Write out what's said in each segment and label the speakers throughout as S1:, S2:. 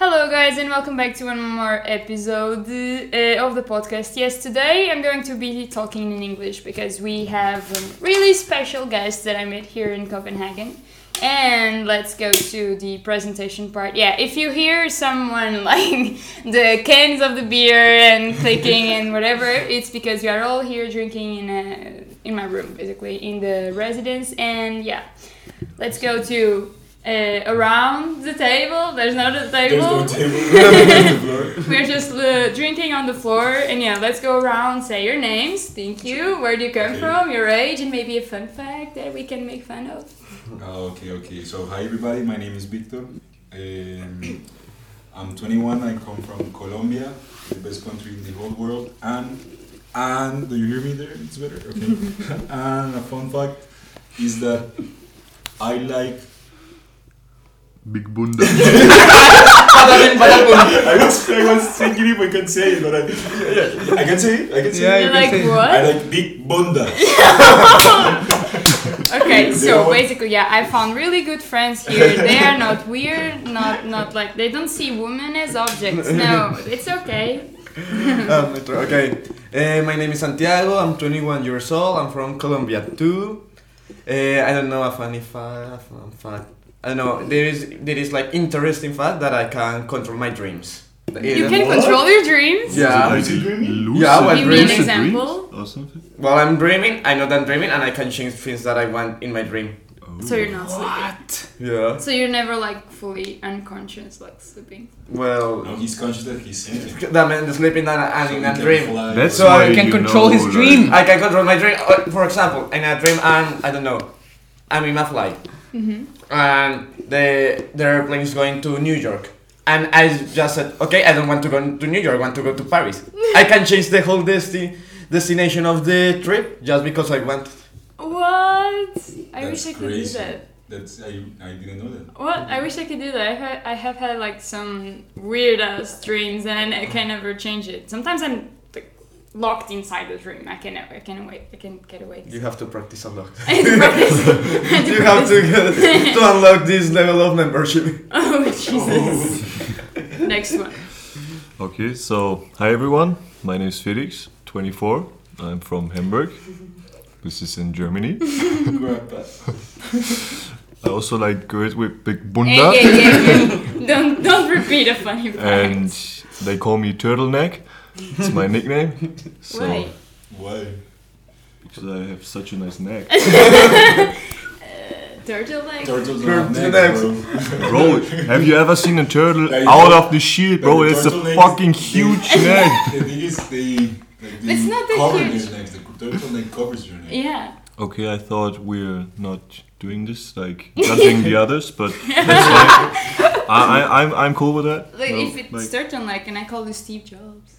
S1: guys, and welcome back to one more episode uh, of the podcast. Yes, today I'm going to be talking in English because we have um, really special guests that I met here in Copenhagen. And let's go to the presentation part. Yeah, if you hear someone like the cans of the beer and clicking and whatever, it's because you are all here drinking in a, in my room, basically in the residence. And yeah, let's go to uh, around the table. There's not a
S2: There's
S1: table.
S2: no table. There's no floor.
S1: We're just uh, drinking on the floor, and yeah, let's go around, say your names, thank you, where do you come
S2: Okay.
S1: from, your age, and maybe a fun fact that we can make fun of.
S2: Ah, okay, okay. So hi everybody. My name is Victor. Um, I'm 21. I come from Colombia, the best country in the whole world. And and do you hear me there? It's better. Okay. and a fun fact is that I like.
S3: Big bunda.
S2: I was I was thinking if I can say it, but I, yeah, I can say it. I can say
S3: Yeah,
S2: it.
S1: You're
S3: can
S1: like,
S3: say-
S1: what?
S2: I like big bunda.
S1: Okay,
S2: They
S1: so
S2: all-
S1: basically, yeah, I found really good friends here. They are not weird, not not like they don't see women as objects. No, it's okay.
S3: um,
S4: Ah, Okay, uh, my name is Santiago. I'm 21 years old. I'm from Colombia too. Uh, I don't know a funny fa- fun fact. I don't know. There is there is like interesting fact that I can control my dreams.
S1: You
S4: Yeah.
S1: can
S2: what?
S1: control your dreams.
S4: Yeah.
S2: Is it dreaming?
S3: lucid
S4: Yeah, well,
S1: Give me an
S4: dreams.
S1: example.
S3: or something?
S4: While I'm dreaming, I know that I'm dreaming, and I can change things that I want in my dream.
S1: So you're not sleeping.
S4: Yeah.
S1: So you're never like fully unconscious, like sleeping.
S2: No,
S4: Well,
S2: he's conscious that he's sleeping.
S4: that meant the sleeping and, and
S2: So
S4: in
S2: he
S4: a
S2: can
S4: dream.
S2: fly.
S3: That's
S5: So
S3: why
S5: I can
S3: you
S5: control
S3: know,
S5: his
S3: like-
S5: dream.
S4: I can control my dream. Uh, For example, in a dream, I'm I don't know, I'm in a flight, and the the airplane is going to New York, and I just said, okay, I don't want to go to New York. I want to go to Paris. I can change the whole desti- destination of the trip just because I want.
S1: What? I
S2: That's
S1: wish I could do
S2: crazy.
S1: that.
S2: That's I I didn't know that.
S1: What? I wish I could do that. I, ha- I have had like some weird ass dreams and I can never change it. Sometimes I'm like locked inside the dream. I can I can wait. I can get away.
S4: You have to practice a lot.
S1: I had to practice. I had to
S4: you have to
S1: practice.
S4: to unlock this level of membership.
S1: Oh Jesus! Next one.
S5: Okay, so hi everyone. My name is Felix, 24. I'm from Hamburg, which is in Germany.
S2: Grandpa.
S5: I also like girls with big
S1: Hey,
S5: bunda,
S1: yeah, yeah, yeah. Don't don't repeat a funny fact.
S5: and they call me Turtleneck. It's my nickname. So
S1: Why?
S2: Why?
S5: because I have such a nice neck.
S1: Turtle leg.
S2: Turtles
S4: Turtle
S2: are next,
S4: necks.
S2: bro.
S5: Bro, have you ever seen a turtle
S2: Like
S5: out
S2: the-
S5: of the shield, bro?
S2: like the
S5: That's a
S2: turtlenecks,
S5: fucking
S2: they-
S5: huge neck.
S2: The thing is, they like they
S1: It's not that
S2: cover
S1: huge.
S2: their necks. The turtleneck covers your neck.
S1: Yeah.
S5: Okay, I thought we're not doing this, like judging the others, but that's fine. I, I, I'm, I'm cool with that.
S1: Like
S5: No,
S1: if it's
S5: like-
S1: turtle leg, and I call you Steve Jobs.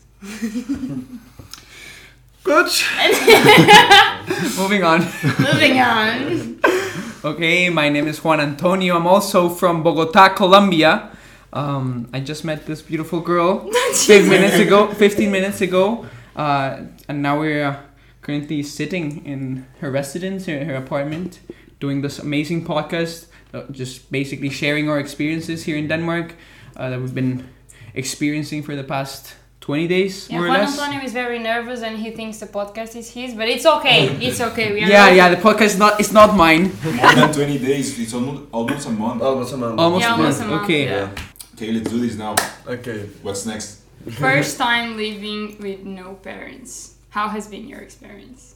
S5: Good. Moving on.
S1: Moving on.
S5: Okay,
S6: My name is Juan Antonio. I'm also from Bogota, Colombia. Um, I just met this beautiful girl five minutes ago. Fifteen minutes ago, uh, and now we're currently sitting in her residence, her, her apartment, doing this amazing podcast. uh, Just basically sharing our experiences here in Denmark uh, that we've been experiencing for the past twenty days,
S1: Yeah,
S6: more or
S1: Juan
S6: less.
S1: Antonio is very nervous and he thinks the podcast is his, but it's okay. It's okay. We are
S6: Yeah,
S1: not-
S6: yeah. The podcast is not it's not mine.
S2: More than 20 days. It's almost almost a month.
S4: Almost a month.
S6: Almost,
S1: Yeah,
S6: a
S1: almost
S6: month.
S1: a month,
S6: Okay.
S1: yeah.
S2: Okay, let's do this now.
S4: Okay.
S2: What's next?
S1: First time living with no parents. How has been your experience?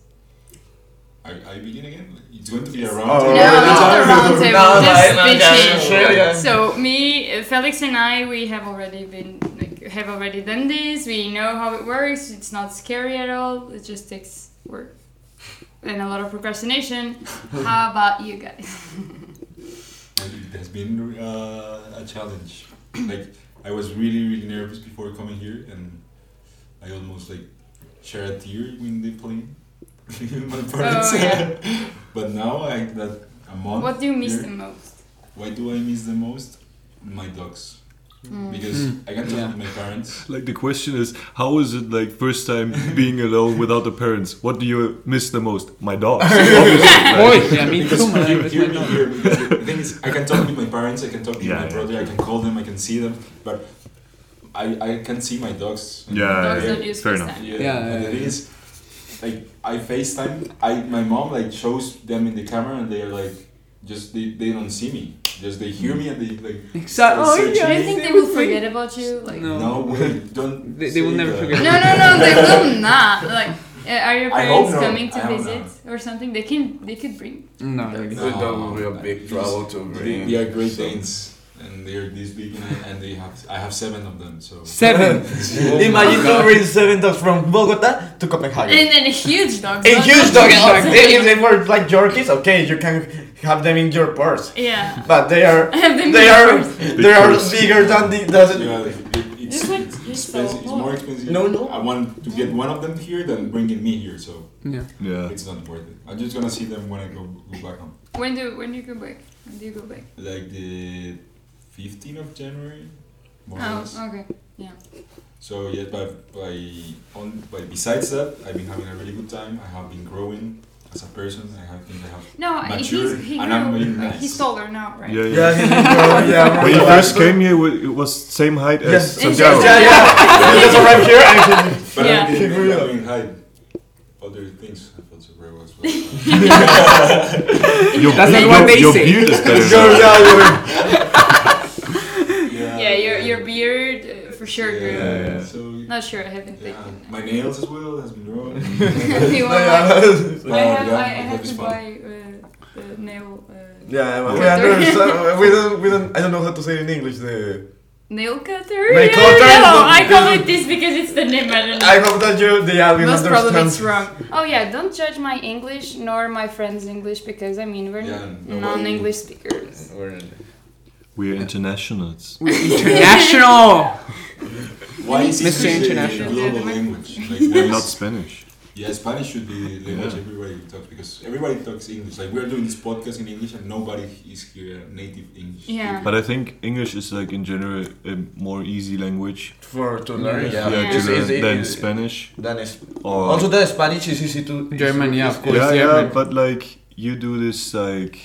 S2: I, I begin again. It's going to be around.
S4: Oh,
S1: No,
S4: No,
S1: not
S4: no,
S1: the round
S4: no,
S1: table,
S4: no,
S1: just
S4: no,
S1: bitching.
S4: no, sure, yeah.
S1: So me, uh, Felix, and I, we have already been like have already done this. We know how it works. It's not scary at all. It just takes work and a lot of procrastination. How about you guys?
S2: It has been uh, a challenge. like I was really really nervous before coming here, and I almost like shed a tear when they played. my parents.
S1: Oh, yeah.
S2: but now I that a month.
S1: What do you miss
S2: here,
S1: the most?
S2: Why do I miss the most? My dogs.
S1: Hmm.
S2: Because
S6: Hmm.
S2: I can talk with my parents.
S5: Like the question is, how is it like first time being alone without the parents? What do you miss the most? My dogs. obviously, right?
S6: Boy, yeah, me too.
S2: Because
S6: man,
S2: here,
S6: with
S2: here,
S6: my
S2: me
S6: dog.
S2: here, because the thing is, I can talk with my parents, I can talk with
S5: Yeah,
S2: my
S5: yeah.
S2: brother, I can call them, I can see them, but I, I can see my dogs.
S5: Yeah,
S1: Dogs
S5: yeah,
S1: don't use
S5: fair enough.
S1: FaceTime.
S2: Yeah,
S6: Yeah,
S2: and
S6: yeah,
S2: it
S6: yeah.
S2: is like I FaceTime. I my mom like shows them in the camera and they're like just they, they don't see me. Just they hear me and they like
S6: Exactly.
S2: Oh, yeah,
S1: Do
S2: I
S1: you think they will forget about you? Like
S6: No.
S2: no, we don't.
S6: They- they will
S2: say
S6: never
S2: that."
S6: forget.
S1: No, no, no, they will not. Like, uh, are your
S2: I hope
S1: parents
S2: not.
S1: coming
S2: I
S1: to
S2: hope
S1: visit or something? They can, they could bring.
S6: No, really.
S2: No.
S4: That would be a big trouble to
S2: They,
S4: bring.
S2: they are Great
S4: some-
S2: Danes and they are this big and, and they have I have seven of them. So
S6: Seven.
S2: Oh
S4: Imagine to bring seven dogs from Bogota to Copenhagen.
S1: And then a huge dog.
S4: In
S1: not-
S4: huge
S1: not
S4: dogs,
S1: dogs.
S4: if they were like Yorkies, okay, you can have them in your purse.
S1: Yeah.
S4: But they are
S1: Have them
S4: they
S1: in
S4: are
S1: yours.
S4: they are bigger than the
S2: yeah,
S4: doesn't.
S2: like, it- it's,
S1: Just like-
S2: it's
S1: just
S2: expensive. It's
S1: follow-
S2: more expensive.
S4: No, no.
S2: I want to get one of them here than bringing me here. So
S6: Yeah.
S5: Yeah.
S2: it's not worth it. I'm just gonna see them when I go, go back home.
S1: When do when do you go back? When do you go back?
S2: Like the 15th of January. More or less.
S1: Oh, okay. Yeah.
S2: So yes, but by on but besides that, I've been having a really good time. I have been growing as a person. I have think I have.
S1: No,
S2: Mature,
S1: he's he
S2: and I'm
S1: grew,
S2: being nice.
S1: he's taller now, right?
S5: Yeah, yeah.
S4: Yeah, he's growing, yeah.
S5: When you first came here, wa- it was same height as
S4: Yes.
S5: Santiago.
S4: Yeah, yeah. He just arrived here and he-
S1: Yeah.
S2: But I've been, I've been hiding other things. I also grow as well.
S5: Your,
S6: That's
S5: be-
S6: not what
S5: your-
S6: they
S5: your
S6: say.
S5: beard is better.
S4: Your-
S5: now.
S4: yeah, your-
S1: Yeah, your your beard uh, for sure
S2: Yeah,
S1: grew.
S5: Yeah.
S2: So
S1: Not sure. I haven't
S2: yeah,
S1: taken.
S2: my nails as well has been growing.
S1: You were like,
S4: yeah.
S1: I have
S2: Oh, yeah,
S1: I
S2: it
S1: have
S2: was
S1: to
S2: fun.
S1: buy uh, uh, nail uh,
S4: Yeah, we
S1: Yeah.
S4: understand. uh, We don't, we don't. I don't know how to say it in English. The
S1: nail cutter.
S4: Nail
S1: Yeah,
S4: cutter is
S1: No,
S4: not-
S1: I call it this because it's the name. I don't know.
S4: I hope that you, the
S1: Most
S4: Alvin understands.
S1: probably it's wrong. Oh yeah, don't judge my English nor my friends' English because I mean we're
S2: Yeah, no,
S1: non-English speakers.
S4: Or-
S5: We're internationals.
S6: International.
S2: Why is
S6: Mr.
S2: English a
S6: International.
S2: global language? Like, why
S5: We're not
S2: is-
S5: Spanish.
S2: Yeah, Spanish should be the language
S5: Yeah.
S2: everybody talks because everybody talks English. Like we're doing this podcast in English and nobody is here uh, native English.
S1: Yeah.
S5: But I think English is like in general a more easy language
S4: For to learn, yeah.
S5: yeah, Oh.
S1: Yeah.
S5: to
S4: It's
S5: learn
S4: easy-
S5: than
S4: it's-
S5: Spanish
S4: Then it's
S5: or
S4: also the Spanish is easy to
S6: German, yeah, of course.
S5: yeah, yeah.
S6: German.
S5: But like you do this like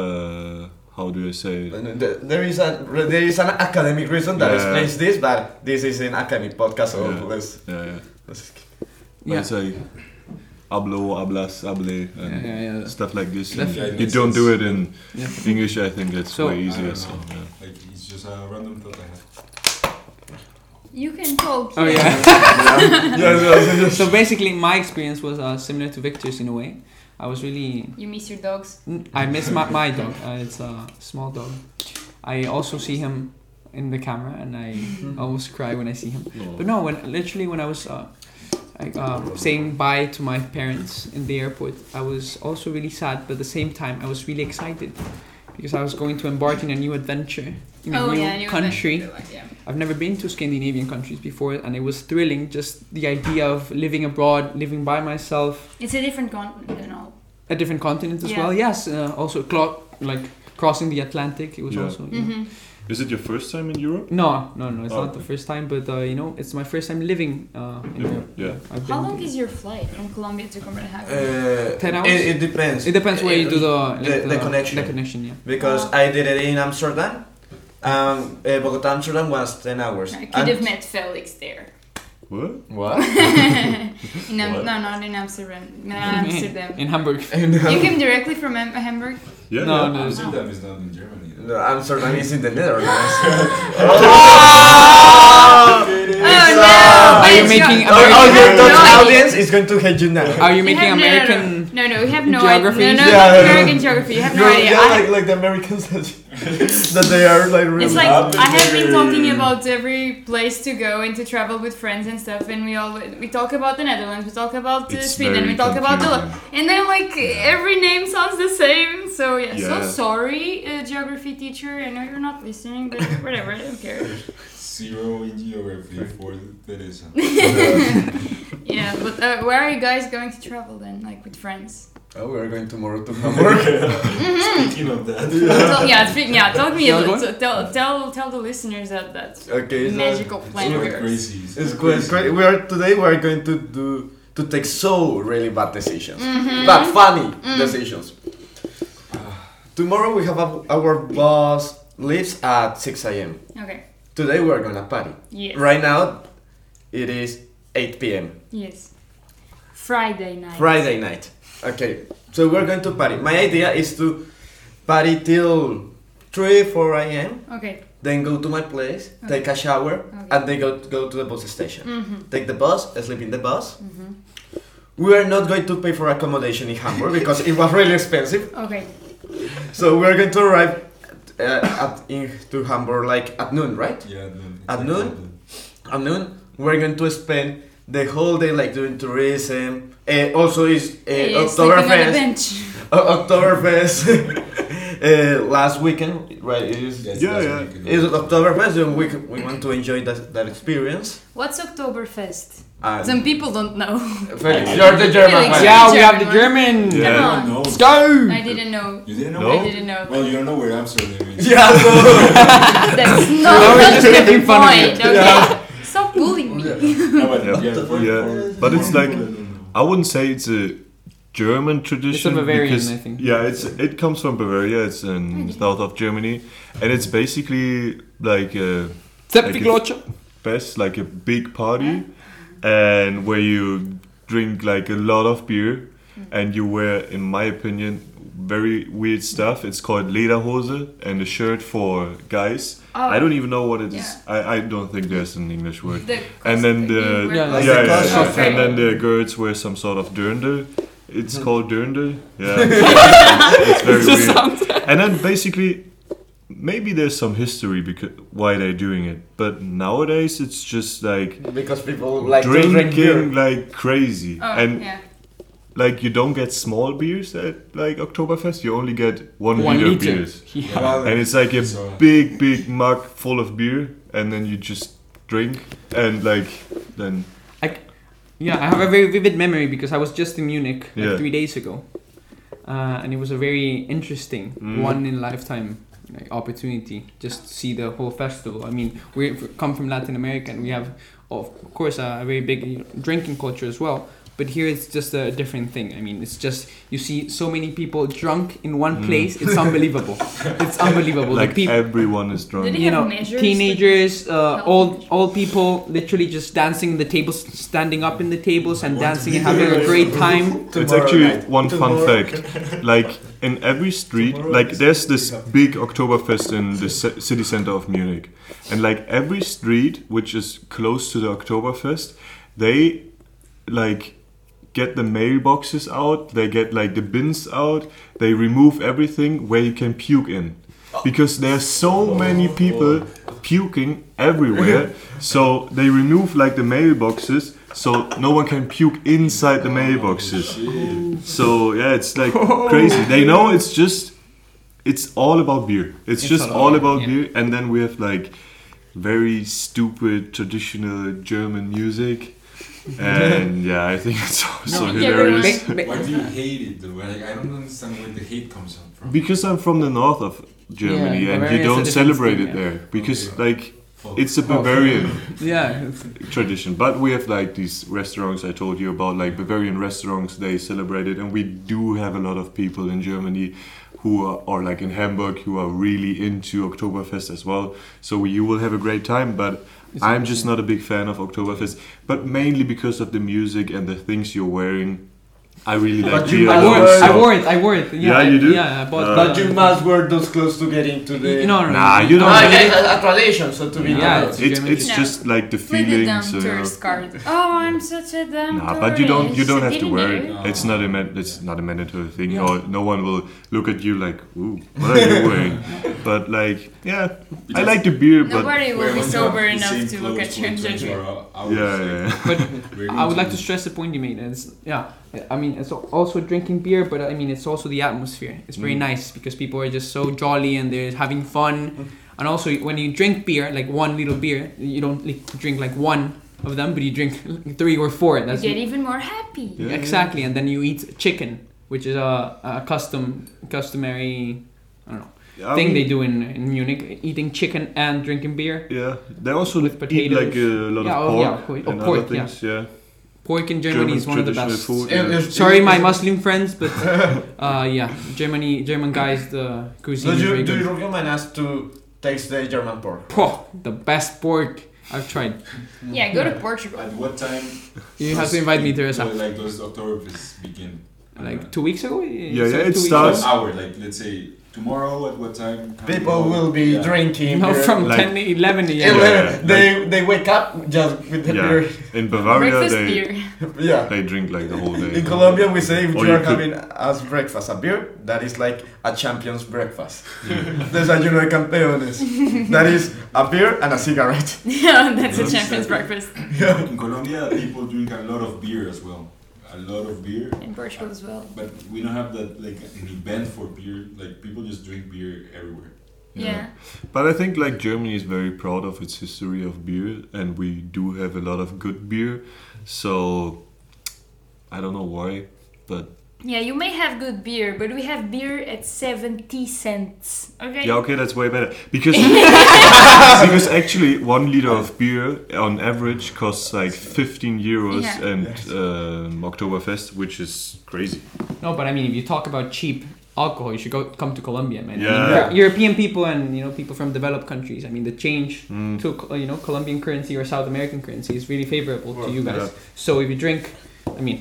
S5: uh, how do I say it?
S4: And th- There is a there is an academic reason that
S5: Yeah.
S4: explains this, but this is an academic podcast, so
S5: Yeah.
S4: let's,
S5: Yeah, yeah.
S4: let's skip.
S5: But
S6: Yeah.
S5: It's like hablo, hablas, hable,
S6: Yeah,
S5: and
S6: yeah, yeah.
S5: stuff like this.
S6: That's-
S5: And
S2: Yeah, it
S5: you
S2: makes
S5: don't do
S2: sense.
S5: it in
S6: Yeah.
S5: English. I think it's
S6: So-
S5: way
S2: I
S5: easier.
S2: don't
S5: So,
S2: know.
S5: yeah.
S2: Like it's just a random thought I had.
S1: You can talk.
S6: Oh
S4: yeah,
S6: yeah.
S4: yeah, yeah.
S6: so basically, my experience was uh, similar to Victor's in a way. I was really
S1: You miss your dogs.
S6: I miss my, my dog. Uh, it's a small dog. I also see him in the camera, and I almost cry when I see him.
S5: Oh.
S6: But no, when literally when I was uh, like, um, saying bye to my parents in the airport, I was also really sad, but at the same time, I was really excited because I was going to embark in a new adventure in a
S1: oh
S6: new
S1: yeah, and you
S6: country.
S1: Yeah.
S6: I've never been to Scandinavian countries before, and it was thrilling. Just the idea of living abroad, living by myself,
S1: It's a different continent and all.
S6: a different continent as
S1: Yeah.
S6: well. Yes, uh, also clo- like crossing the Atlantic. It was
S5: Yeah.
S6: also you know-
S1: Mm-hmm.
S5: Is it your first time in Europe?
S6: no, no, no. It's
S5: Oh,
S6: not the
S5: okay.
S6: first time, but uh, you know, it's my first time living uh, in
S5: Yeah,
S6: Europe.
S5: yeah.
S6: I've
S1: How
S6: been-
S1: long is your flight from Colombia to Copenhagen?
S4: Uh,
S6: 10 hours?
S4: It, it depends.
S6: It depends where you do the
S4: Uh,
S6: like,
S4: the, the connection.
S6: The connection, Ah. yeah.
S4: because I did it in Amsterdam. Um, uh, Bogota, Amsterdam was 10 hours.
S1: I could
S4: And- Oh.
S1: have met Felix there.
S5: What?
S4: What?
S1: in Am-
S5: What?
S1: no, not in Amsterdam. No, Amsterdam.
S6: in Hamburg.
S1: You came directly from Am- Hamburg.
S5: Yeah.
S6: No,
S5: yeah.
S6: Oh, no.
S2: Amsterdam is not in Germany. though.
S4: No, Amsterdam is in the Netherlands.
S1: Oh
S4: uh,
S1: no!
S6: are you
S1: it's
S6: making
S1: not-
S6: Oh,
S4: Our
S6: yeah.
S4: audience,
S1: No
S4: Dutch
S1: idea.
S4: audience is going to hate you now.
S6: Are you
S1: We
S6: Oh, making
S1: have- no, no, no,
S6: American?
S1: No, no, we have no
S6: geography?
S1: idea. No, no,
S4: Yeah,
S1: not
S4: yeah.
S1: American geography. You have no
S4: You're-
S1: idea.
S4: yeah,
S1: I-
S4: like, like the Americans that, that they are like really.
S1: It's like
S2: Happened
S1: I have been talking
S2: every-
S1: about every place to go and to travel with friends and stuff, and we all we talk about the Netherlands, we talk about uh,
S5: It's
S1: Sweden,
S5: very
S1: we talk about the,
S5: confusing.
S1: and then like every name sounds the same. So yeah, so
S5: Yeah.
S1: sorry, uh, geography teacher. I know you're not listening, but whatever, I don't care.
S2: Zero in geography E for Teresa.
S1: Yeah, but uh, where are you guys going to travel then, like with friends?
S4: oh, we're going tomorrow to Hamburg.
S5: Mm-hmm.
S2: Speaking of that,
S1: Tell- yeah, speak, yeah, tell me,
S6: You're going?
S1: so tell tell tell the listeners that that
S4: okay, so
S1: magical plan of
S2: we're
S1: yours.
S2: crazy.
S4: it's great. it's great. We are today. We are going to do to take so really bad decisions,
S1: Mm-hmm.
S4: but funny
S1: Mm.
S4: decisions. Tomorrow we have a, our bus leaves at 6 a.m.
S1: Okay,
S4: today we're gonna party.
S1: Yes.
S4: Right now, it is 8 p.m.
S1: Yes. Friday night.
S4: Friday night. Okay, so we're going to party. My idea is to party till 3, 4 a.m.
S1: Okay.
S4: Then go to my place,
S1: Okay.
S4: take a shower,
S1: Okay.
S4: and then go go to the bus station.
S1: Mm-hmm.
S4: Take the bus, sleep in the bus. We are not going to pay for accommodation in Hamburg because it was really expensive.
S1: Okay.
S4: So we are going to arrive uh, at, in, to Hamburg like at noon, right?
S2: Yeah, at noon.
S4: At noon? At noon, we're going to spend the whole day like doing tourism. Uh, also, is uh,
S1: Yeah, Eh, sleeping on the
S4: Oktoberfest.
S1: bench.
S4: O- Oktoberfest. uh, last weekend, right? It is.
S2: Yes,
S5: Yeah,
S2: that's
S5: yeah.
S2: what you can
S4: It's
S2: do.
S4: Oktoberfest, and we, we want to enjoy that, that experience.
S1: What's Oktoberfest?
S4: And
S1: Some people don't know.
S4: Felix, you're the German
S1: Felix.
S4: one.
S6: Yeah, we have the
S1: German
S6: German.
S5: Yeah.
S2: You
S1: Come
S2: don't
S1: on.
S2: know.
S6: Let's go.
S1: I didn't know.
S2: You didn't know?
S5: No?
S1: I didn't know.
S2: Well, you don't know where Amsterdam is.
S4: Yeah, so,
S1: That's
S6: No,
S1: not
S6: we're
S1: that's
S6: just
S1: the
S6: making fun of
S1: point.
S6: you.
S1: Okay. Stop bullying me.
S2: No, but, yeah,
S5: Yeah.
S2: for-
S5: Yeah.
S2: for-
S5: But it's like-
S2: I don't know.
S5: I wouldn't say it's a German tradition.
S6: Bavarian,
S5: because,
S6: I think.
S5: Yeah, it's it comes from Bavaria. It's in south of Germany, and it's basically like a
S6: Septic locho.
S5: fest, like a big party, and where you drink like a lot of beer,
S1: Mm-hmm.
S5: and you wear, in my opinion, very weird stuff. It's called lederhose, and a shirt for guys.
S1: Oh.
S5: I don't even know what it is.
S1: Yeah.
S5: I, I don't think there's an English word.
S1: The
S5: And then the
S1: costume.
S6: Yeah,
S5: yeah,
S6: like
S5: yeah,
S4: the
S5: yeah,
S4: costume.
S5: yeah. and then the girls wear some sort of dirndl. It's called dirndl. Yeah, it's very weird. and then basically, maybe there's some history because why they're doing it, but nowadays it's just like
S4: because people like to drink
S5: drinking
S4: beer.
S5: like crazy,
S1: Oh,
S5: and
S1: yeah.
S5: like you don't get small beers at like Oktoberfest. You only get one,
S6: One
S5: liter,
S6: liter.
S5: beers,
S2: Yeah.
S5: and it's like a
S2: So-
S5: big, big mug full of beer, and then you just drink and like then
S6: Yeah, I have a very vivid memory because I was just in Munich like
S5: Yeah.
S6: three days ago, uh, and it was a very interesting
S5: Mm.
S6: one in a lifetime like, opportunity just to see the whole festival. I mean, we come from Latin America and we have, of course, a very big drinking culture as well. But here it's just a different thing. I mean, it's just you see so many people drunk in one
S5: Mm.
S6: place. It's unbelievable. it's unbelievable.
S5: like
S6: the people,
S5: everyone is
S1: Did
S5: drunk.
S1: he
S6: you
S1: have
S6: know,
S1: measures?
S6: teenagers, uh,
S1: health
S6: old
S1: measures?
S6: old people, literally just dancing in the tables, standing up in the tables and
S2: Want to
S6: dancing
S2: be
S6: and having a
S2: there.
S6: great time.
S5: It's
S4: Tomorrow
S5: actually
S4: night.
S5: one
S4: Tomorrow-
S5: fun fact. Like in every street,
S4: Tomorrow
S5: like
S4: is-
S5: there's this big Oktoberfest in the ci- city center of Munich, and like every street which is close to the Oktoberfest, they like get the mailboxes out, they get like the bins out, they remove everything where you can puke in. Because there's so many people puking everywhere, so they remove like the mailboxes so no one can puke inside the mailboxes. So yeah, it's like crazy. They know it's just it's all about beer. It's,
S6: It's
S5: just
S6: all
S5: all about
S6: about beer,
S5: beer. And then we have like very stupid traditional German music. And yeah, I think it's also
S1: yeah,
S5: hilarious.
S6: Ba- ba-
S2: Why do you hate it though? Like, I don't understand where the hate comes up from.
S5: Because I'm from the north of Germany
S6: Yeah,
S5: and
S6: Bavaria
S5: you
S6: is a
S5: don't
S6: different
S5: celebrate
S6: thing,
S5: it
S6: yeah. Oh,
S5: there. Because
S2: Okay.
S5: like
S2: Fuck.
S5: it's a
S6: okay.
S5: Bavarian
S6: yeah,
S5: tradition. But we have like these restaurants I told you about, like Bavarian restaurants, they celebrate it. And we do have a lot of people in Germany who are, or like in Hamburg, who are really into Oktoberfest as well. So you will have a great time. But I'm just not a big fan of Oktoberfest, but mainly because of the music and the things you're wearing. I really like
S4: But you
S5: beer
S6: I
S5: and
S4: wore-
S6: wore
S5: all,
S6: it. I
S5: so-
S6: wore it. I wore it. Yeah,
S5: Yeah, you do?
S6: Yeah, I bought.
S5: Uh,
S4: But you must wear those clothes to get into the.
S6: No, no, no.
S5: Nah, you don't
S4: No,
S5: have
S4: it's a, a tradition, so to be
S6: Yeah,
S4: yeah,
S6: it's-
S5: It's,
S6: Germany.
S5: it's
S1: No.
S5: just like the
S1: Play the
S5: feeling.
S1: dumb
S5: so,
S1: tourist card. Oh, I'm such a dumb
S5: Nah, but you don't you
S1: tourist.
S5: don't have to
S1: Didn't
S5: wear
S1: know.
S5: it. It's not a man, it's not a mandatory thing,
S6: Yeah.
S5: or no one will look at you like, "Ooh, what are you wearing?" but like, yeah, I like the beer, but
S1: Nobody will
S2: We're
S1: be
S2: on
S1: sober
S2: the
S1: enough
S2: same
S1: to look
S2: clothes
S1: at
S2: for
S1: you and
S2: 24
S1: judge you.
S5: yeah,
S2: hours, like,
S5: yeah, yeah.
S6: But
S2: we're
S6: I
S2: going
S6: would like to stress the point you made. It's yeah. I mean, it's al- also drinking beer, but I mean, it's also the atmosphere. It's very
S5: Mm.
S6: nice because people are just so jolly and they're having fun. And also, when you drink beer, like one little beer, you don't like, drink like one of them, but you drink three or four. That's
S1: you get even more happy.
S5: Yeah.
S6: exactly. And then you eat chicken, which is a, a custom customary. I don't know
S5: yeah.
S6: thing they do in, in Munich, eating chicken and drinking beer.
S5: Yeah, they also
S6: With
S5: eat
S6: potatoes.
S5: like a lot
S6: Yeah,
S5: of
S6: oh,
S5: pork
S6: yeah, of course.
S5: and
S6: Of course,
S5: other things. Yeah,
S6: Pork in Germany
S5: German
S6: is one of the
S5: traditional
S6: best.
S5: food.
S6: Sorry, my Muslim friends, but uh, yeah, Germany, German guys, the
S4: Do
S6: cuisine is
S4: you,
S6: very
S4: do
S6: good.
S4: you recommend us to takes the German pork.
S6: Pho, the best pork I've tried.
S1: Yeah, go to Portugal.
S2: At what time?
S6: You have to invite me,
S2: does-
S6: Teresa.
S2: Like does Oktoberfest begin?
S6: Like two weeks ago?
S5: Yeah, yeah, it
S2: An
S5: starts-
S2: hour, like let's say tomorrow. At what time? can
S4: People
S2: we go?
S4: will be
S2: Yeah.
S4: drinking.
S6: No,
S4: beer.
S6: from
S5: Like-
S6: 10 11
S4: Yeah,
S6: a.m.
S5: Yeah,
S4: well,
S5: yeah,
S4: they they wake up just with the
S5: Yeah, in Bavaria
S1: Breakfast
S5: they,
S1: beer.
S4: beer. Yeah.
S5: they drink like the whole day.
S4: In Colombia, we say if
S5: Or
S4: you
S5: you
S4: are
S5: could-
S4: having as breakfast a beer, that is like a champion's breakfast. Desayuno de campeones. That is a beer and a cigarette.
S1: Yeah, that's a
S2: Yeah.
S1: champion's breakfast
S4: Yeah.
S2: In Colombia, people drink a lot of beer as well. A lot of beer,
S1: in Portugal as well.
S2: but we don't have that like an event for beer. Like people just drink beer everywhere.
S1: Yeah.
S5: But I think like Germany is very proud of its history of beer, and we do have a lot of good beer. So I don't know why, but
S1: Yeah, you may have good beer, but we have beer at 70 cents. Okay?
S5: yeah, okay, that's way better because because actually one liter of beer on average costs like 15 euros
S1: Yeah.
S5: and um, Oktoberfest, which is crazy.
S6: No, but I mean, if you talk about cheap alcohol, you should go come to Colombia, man. I mean,
S5: Yeah.
S6: Eu- European people and you know people from developed countries. I mean, the change
S5: Mm.
S6: to co- you know Colombian currency or South American currency is really favorable to you guys. So if you drink, I mean,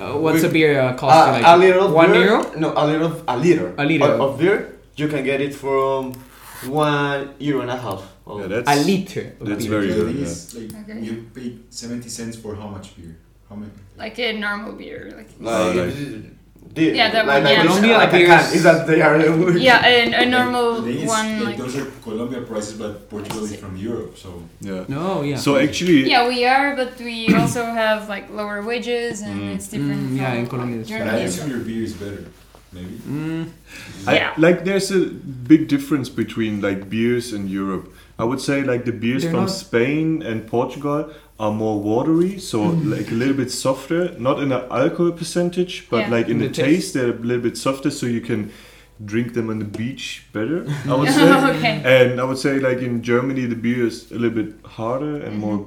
S6: uh, what's a beer uh, cost? you,
S4: A,
S6: like
S4: a liter of
S6: one
S4: beer,
S6: euro.
S4: No, a liter of a liter.
S6: A liter.
S4: of, of beer. You can get it from one euro and a half.
S5: Yeah,
S4: Oh.
S5: that's
S6: A liter. Of
S5: that's
S6: beer.
S5: very
S2: Yeah,
S5: good.
S2: it
S5: yeah.
S2: is, Like
S1: Okay.
S2: you pay seventy cents for how much beer? How many?
S1: Like a normal beer. Like
S4: Like,
S5: like-
S4: the-
S1: Yeah, that
S4: like,
S1: one,
S4: like
S1: yeah.
S4: Colombia
S6: Colombia
S4: like a
S6: beers-
S4: can, is that they are
S1: Yeah, a, a normal
S2: They is-
S1: one.
S2: Like,
S1: Like,
S2: those are Colombia prices, but Portugal is from Europe, so
S5: Yeah.
S6: No, oh, yeah.
S5: So actually,
S1: yeah, we are, but we also have like lower wages and
S5: Mm.
S1: it's different.
S6: Mm, yeah,
S1: from,
S6: in Colombia
S1: like,
S6: it's
S2: but
S1: Germany.
S2: I assume your beer is better, maybe.
S6: Mm,
S5: I,
S1: Yeah.
S5: like there's a big difference between like beers in Europe. I would say like the beers
S6: They're
S5: from
S6: not-
S5: Spain and Portugal are more watery, so like a little bit softer, not in the alcohol percentage, but
S1: Yeah.
S5: like in
S6: In
S5: the,
S6: the
S5: taste,
S6: taste.
S5: they're a little bit softer, so you can drink them on the beach better. I would say.
S1: okay.
S5: And I would say like in Germany, the beer is a little bit harder and more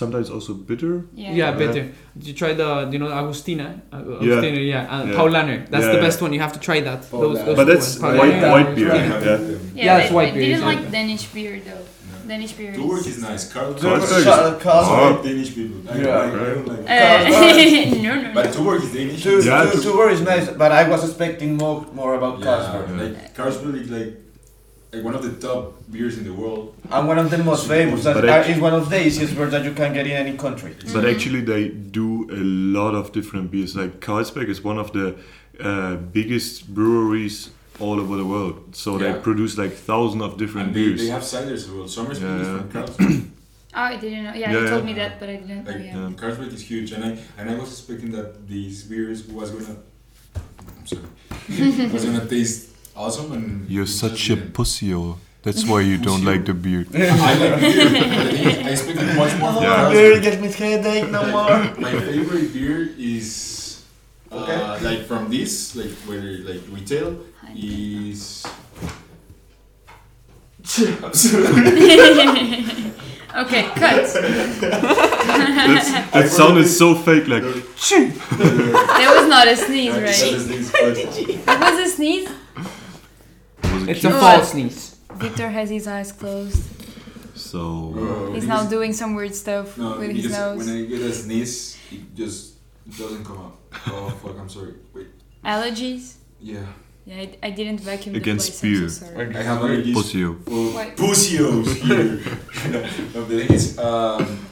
S5: sometimes also bitter.
S1: Yeah.
S6: yeah, better. You try the you know Agustina, uh,
S5: Yeah.
S6: Agustina, yeah, and
S5: Yeah.
S6: Paulaner. That's the
S5: Yeah.
S6: best one. You have to try that. Those,
S4: Paulaner.
S6: those
S5: But
S6: two
S5: that's
S6: ones.
S5: white
S6: Paulaner.
S5: white beer.
S2: I
S5: Yeah.
S2: have um, them.
S1: Yeah,
S6: Yeah, it's
S1: I,
S6: white
S1: I
S6: beer,
S1: didn't
S6: it's
S1: like
S6: white.
S1: Danish beer though.
S2: No.
S1: Danish beer is.
S2: Turk is nice. Carlsberg.
S5: Carlsberg.
S4: Carlsberg.
S5: Oh,
S2: Carlsberg. Danish people. I,
S4: Yeah.
S2: I, I don't like.
S1: Uh, no, no,
S2: but
S1: no.
S2: Tuborg is Danish.
S4: Two,
S5: Yeah,
S4: two,
S5: to-
S4: two were is nice, but I was expecting more, more about
S2: Yeah,
S4: Carlsberg.
S2: like Carlsberg is like like one of the top beers in the world.
S4: And one of the most famous.
S5: But
S4: That
S5: act-
S4: is one of the easiest beers that you can get in any country.
S2: Mm-hmm.
S5: But actually, they do a lot of different beers. Like Carlsberg is one of the uh, biggest breweries all over the world. So
S2: Yeah.
S5: they produce like thousands of different
S2: And they,
S5: beers.
S2: they have ciders as well. Somersby
S5: Yeah.
S2: is from Carlsberg.
S1: Oh, I didn't know. Yeah,
S5: Yeah,
S1: you told
S5: yeah.
S1: me that, but I didn't know.
S2: Like
S1: Yeah.
S5: Yeah.
S2: Carlsberg is huge, and I and I was expecting that these beers was gonna. I'm sorry. was gonna taste awesome and. it just didn't.
S5: pussy. That's why you
S2: don't like
S5: the beer.
S2: I like beer. but the thing is, I expected much more. from
S5: Yeah.
S2: Carlsberg.
S4: Beer gets me headache no more.
S2: My favorite beer is uh,
S4: Okay.
S2: like from this, like where like retail is. I'm sorry.
S1: okay, cut.
S5: That sounded so fake. Like
S1: That was not a sneeze,
S2: I
S1: right?
S2: decided this first.
S1: It was a sneeze.
S5: was it
S6: It's a
S5: cute?
S1: No,
S6: false
S1: I-
S6: sneeze.
S1: Victor has his eyes closed.
S5: So
S2: Bro,
S1: He's
S2: because-
S1: now doing some weird stuff
S2: Oh, No,
S1: with
S2: because
S1: his nose.
S2: when I get a sneeze, it just doesn't come out. Oh fuck! I'm sorry. Wait.
S1: Allergies?
S2: Yeah.
S1: Yeah, I, I didn't vacuum the
S5: Against
S1: place, I'm
S5: beer.
S1: so sorry.
S2: I have allergies.
S5: pussy.
S2: for
S1: Wait.
S2: pussios here. no, the thing is, um,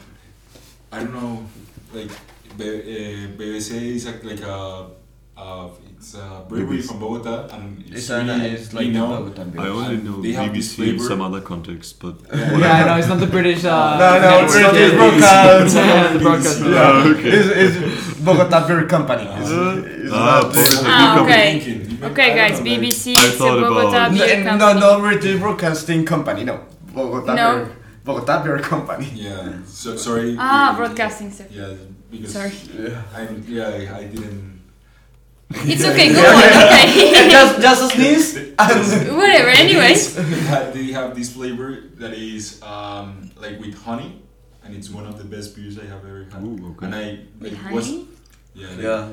S2: I don't know, like, B- uh, BBC is a, like a, uh, it's a brewery
S5: BBC.
S2: from Bogota, and it's,
S4: It's,
S2: really,
S4: an, uh, it's like
S2: you know,
S5: I only know
S2: They have this
S5: BBC in
S2: flavor.
S5: some other context, but
S2: Yeah.
S6: Yeah, I know it's not the British. Uh,
S4: No, no, it's
S6: network,
S4: not
S6: yeah,
S4: the broadcast.
S6: yeah, the broadcast.
S5: Yeah, okay.
S4: It's, it's Bogota Beer Company. It's,
S5: Uh,
S4: it's
S5: ah, Bogota
S4: not-
S5: Beer
S1: Ah,
S5: Company.
S1: okay.
S2: Thinking, you
S1: Okay,
S2: know, I
S1: guys,
S2: don't know, like-
S1: BBC,
S5: I
S1: it's a
S5: thought
S1: Bogota
S5: about-
S1: beer
S4: No,
S1: company.
S4: no, no British Broadcasting Company, no. Bogota,
S1: No.
S4: Beer, Bogota Beer Company.
S2: Yeah, so, sorry.
S1: Ah,
S2: we-
S1: broadcasting stuff.
S2: Yeah, because
S1: Sorry.
S2: I'm, yeah, I, I didn't.
S1: It's okay, go on, okay.
S4: just, just a sneeze. And
S1: Whatever, anyways.
S2: They have, they have this flavor that is um, like with honey, and it's one of the best beers I have ever had.
S5: Ooh, okay.
S2: And I like, was
S1: Honey?
S2: yeah, like,
S4: yeah.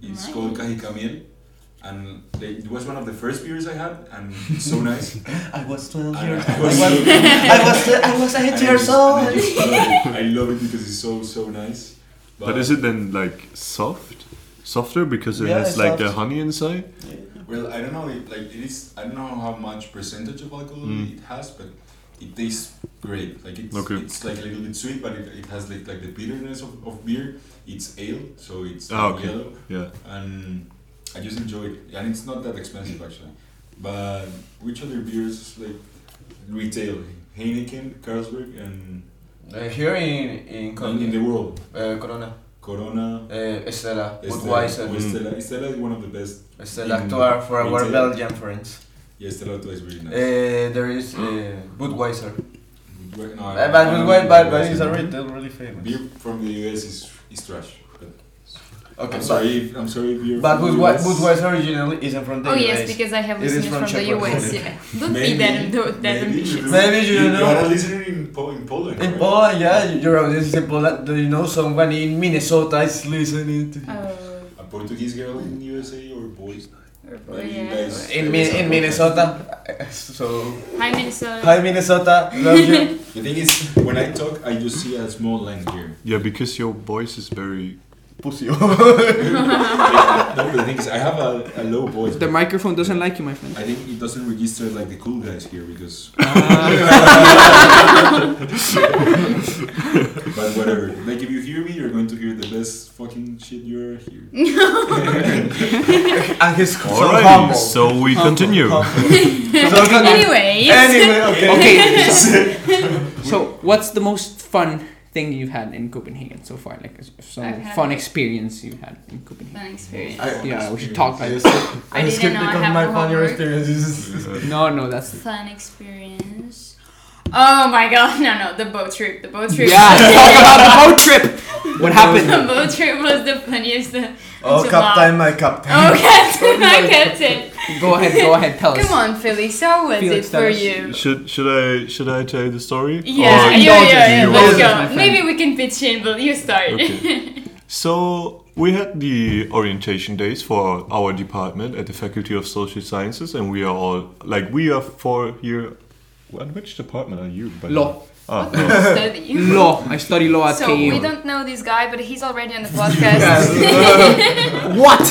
S2: it's
S1: Nice.
S2: called Cajicamiel, and they, it was one of the first beers I had, and it's so nice.
S4: I was 12
S2: I-
S4: years
S2: I
S4: I
S2: was-
S4: was, I was, I was
S2: And I
S4: 8
S2: just-
S4: years
S2: and
S4: old.
S2: I, just love it. I love it because it's so so nice.
S5: But is it then like soft? Softer because it
S4: Yeah,
S5: has
S4: it's
S5: like the
S4: soft.
S5: honey inside?
S2: Well, I don't know. It, like it is. I don't know how much percentage of alcohol
S5: Mm.
S2: it has, but it tastes great. Like it's
S5: Okay.
S2: it's like a little bit sweet, but it, it has like, like the bitterness of, of beer. It's ale, so it's
S5: Ah,
S2: not
S5: okay.
S2: yellow,
S5: Yeah.
S2: and I just enjoy it. And it's not that expensive actually. But which other beers like retail? Heineken, Carlsberg, and
S4: Uh, here in in, Col-
S2: in the world,
S4: uh, Corona,
S2: Corona.
S4: uh, Estela,
S2: Estela,
S4: Budweiser, Mm.
S2: Estela, Estela is one of the best.
S4: Estela
S2: in
S4: Actuar for our
S2: retail.
S4: Belgian friends.
S2: Yeah, Estela Artois is really nice.
S4: Uh, there is uh, Budweiser,
S2: Budwe- no, I-
S4: uh, but
S2: I don't
S4: Budweiser,
S2: know
S4: but, but
S2: Ah, Budweiser.
S4: it's already really famous.
S2: Beer from the US is, is trash. But
S4: Okay,
S2: I'm
S4: but-
S2: sorry. If, I'm sorry. If beer
S4: But
S2: from the
S4: Budwe-
S2: US,
S4: Budweiser originally isn't from the
S1: Oh
S4: US.
S1: yes, because I have
S4: It is
S1: listened from,
S4: from
S1: the
S4: Czech
S1: US.
S4: Republic.
S1: Yeah. Don't be
S2: Maybe-
S1: that, that, that
S2: maybe you
S1: ambitious.
S2: do.
S4: Maybe you
S2: you,
S4: don't
S2: you
S4: know.
S2: had a listener in, po- in Poland.
S4: In
S2: right?
S4: Poland, yeah, you're on this in Poland. Do you know someone in Minnesota is listening to you?
S1: Oh,
S2: A Portuguese girl in USA or boys?
S1: or-
S2: Maybe you
S1: yeah.
S2: guys-
S4: in, Mi- in Minnesota. So,
S1: Hi Minnesota.
S4: hi Minnesota, love you.
S2: The thing is, when I talk, I just see a small line here.
S5: Yeah, because your voice is very.
S4: Pussy.
S2: Like, no, the thing is, I have a, a low voice.
S6: The
S2: but
S6: microphone doesn't like you, my friend.
S2: I think it doesn't register like the cool guys here because
S4: Ah.
S2: But whatever. Like if you hear me, you're going to hear the best fucking shit you're here.
S4: and he's so
S5: Alright,
S4: humble.
S5: so we
S6: Humble.
S5: continue.
S4: So can-
S1: Anyways.
S4: Anyway, okay.
S6: Okay. so, what's the most fun thing you've had in Copenhagen so far? Like, s-
S1: I've
S6: some
S1: had-
S6: fun experience you had in Copenhagen?
S1: Fun experience.
S4: I-
S6: Yeah, we should talk
S4: I
S6: about.
S4: just-
S1: I
S4: I
S1: didn't
S4: skipped
S1: know I
S4: because
S1: have
S4: my funnier
S1: homework.
S4: experience is.
S6: No, no, that's
S1: Fun experience. Oh my god, no, no, the boat trip. The boat trip.
S6: yeah. talk about the boat trip. What
S1: the
S6: happened?
S1: boat trip was the funniest. uh,
S4: Oh,
S1: July.
S4: Captain, my Captain.
S1: Oh, Captain, I kept it.
S6: Go ahead, go ahead, tell us.
S1: Come on, Felix, how was
S6: Felix,
S1: it
S6: tell
S1: for
S6: us.
S1: you?
S5: Should should I should I tell the story?
S1: Yeah, yeah,
S5: Or-
S1: yeah, yeah,
S5: you
S1: let's
S5: want-
S6: my
S1: go.
S6: friend.
S1: Maybe we can pitch in, but you start.
S5: Okay. So we had the orientation days for our department at the Faculty of Social Sciences, and we are all like we are four here. And which department are you? By the
S6: Law.
S5: way? Ah,
S1: What
S5: law.
S1: study?
S6: Law. I study law at
S1: So we
S6: KU.
S1: don't know this guy, but he's already on the podcast.
S4: Yes.
S6: What?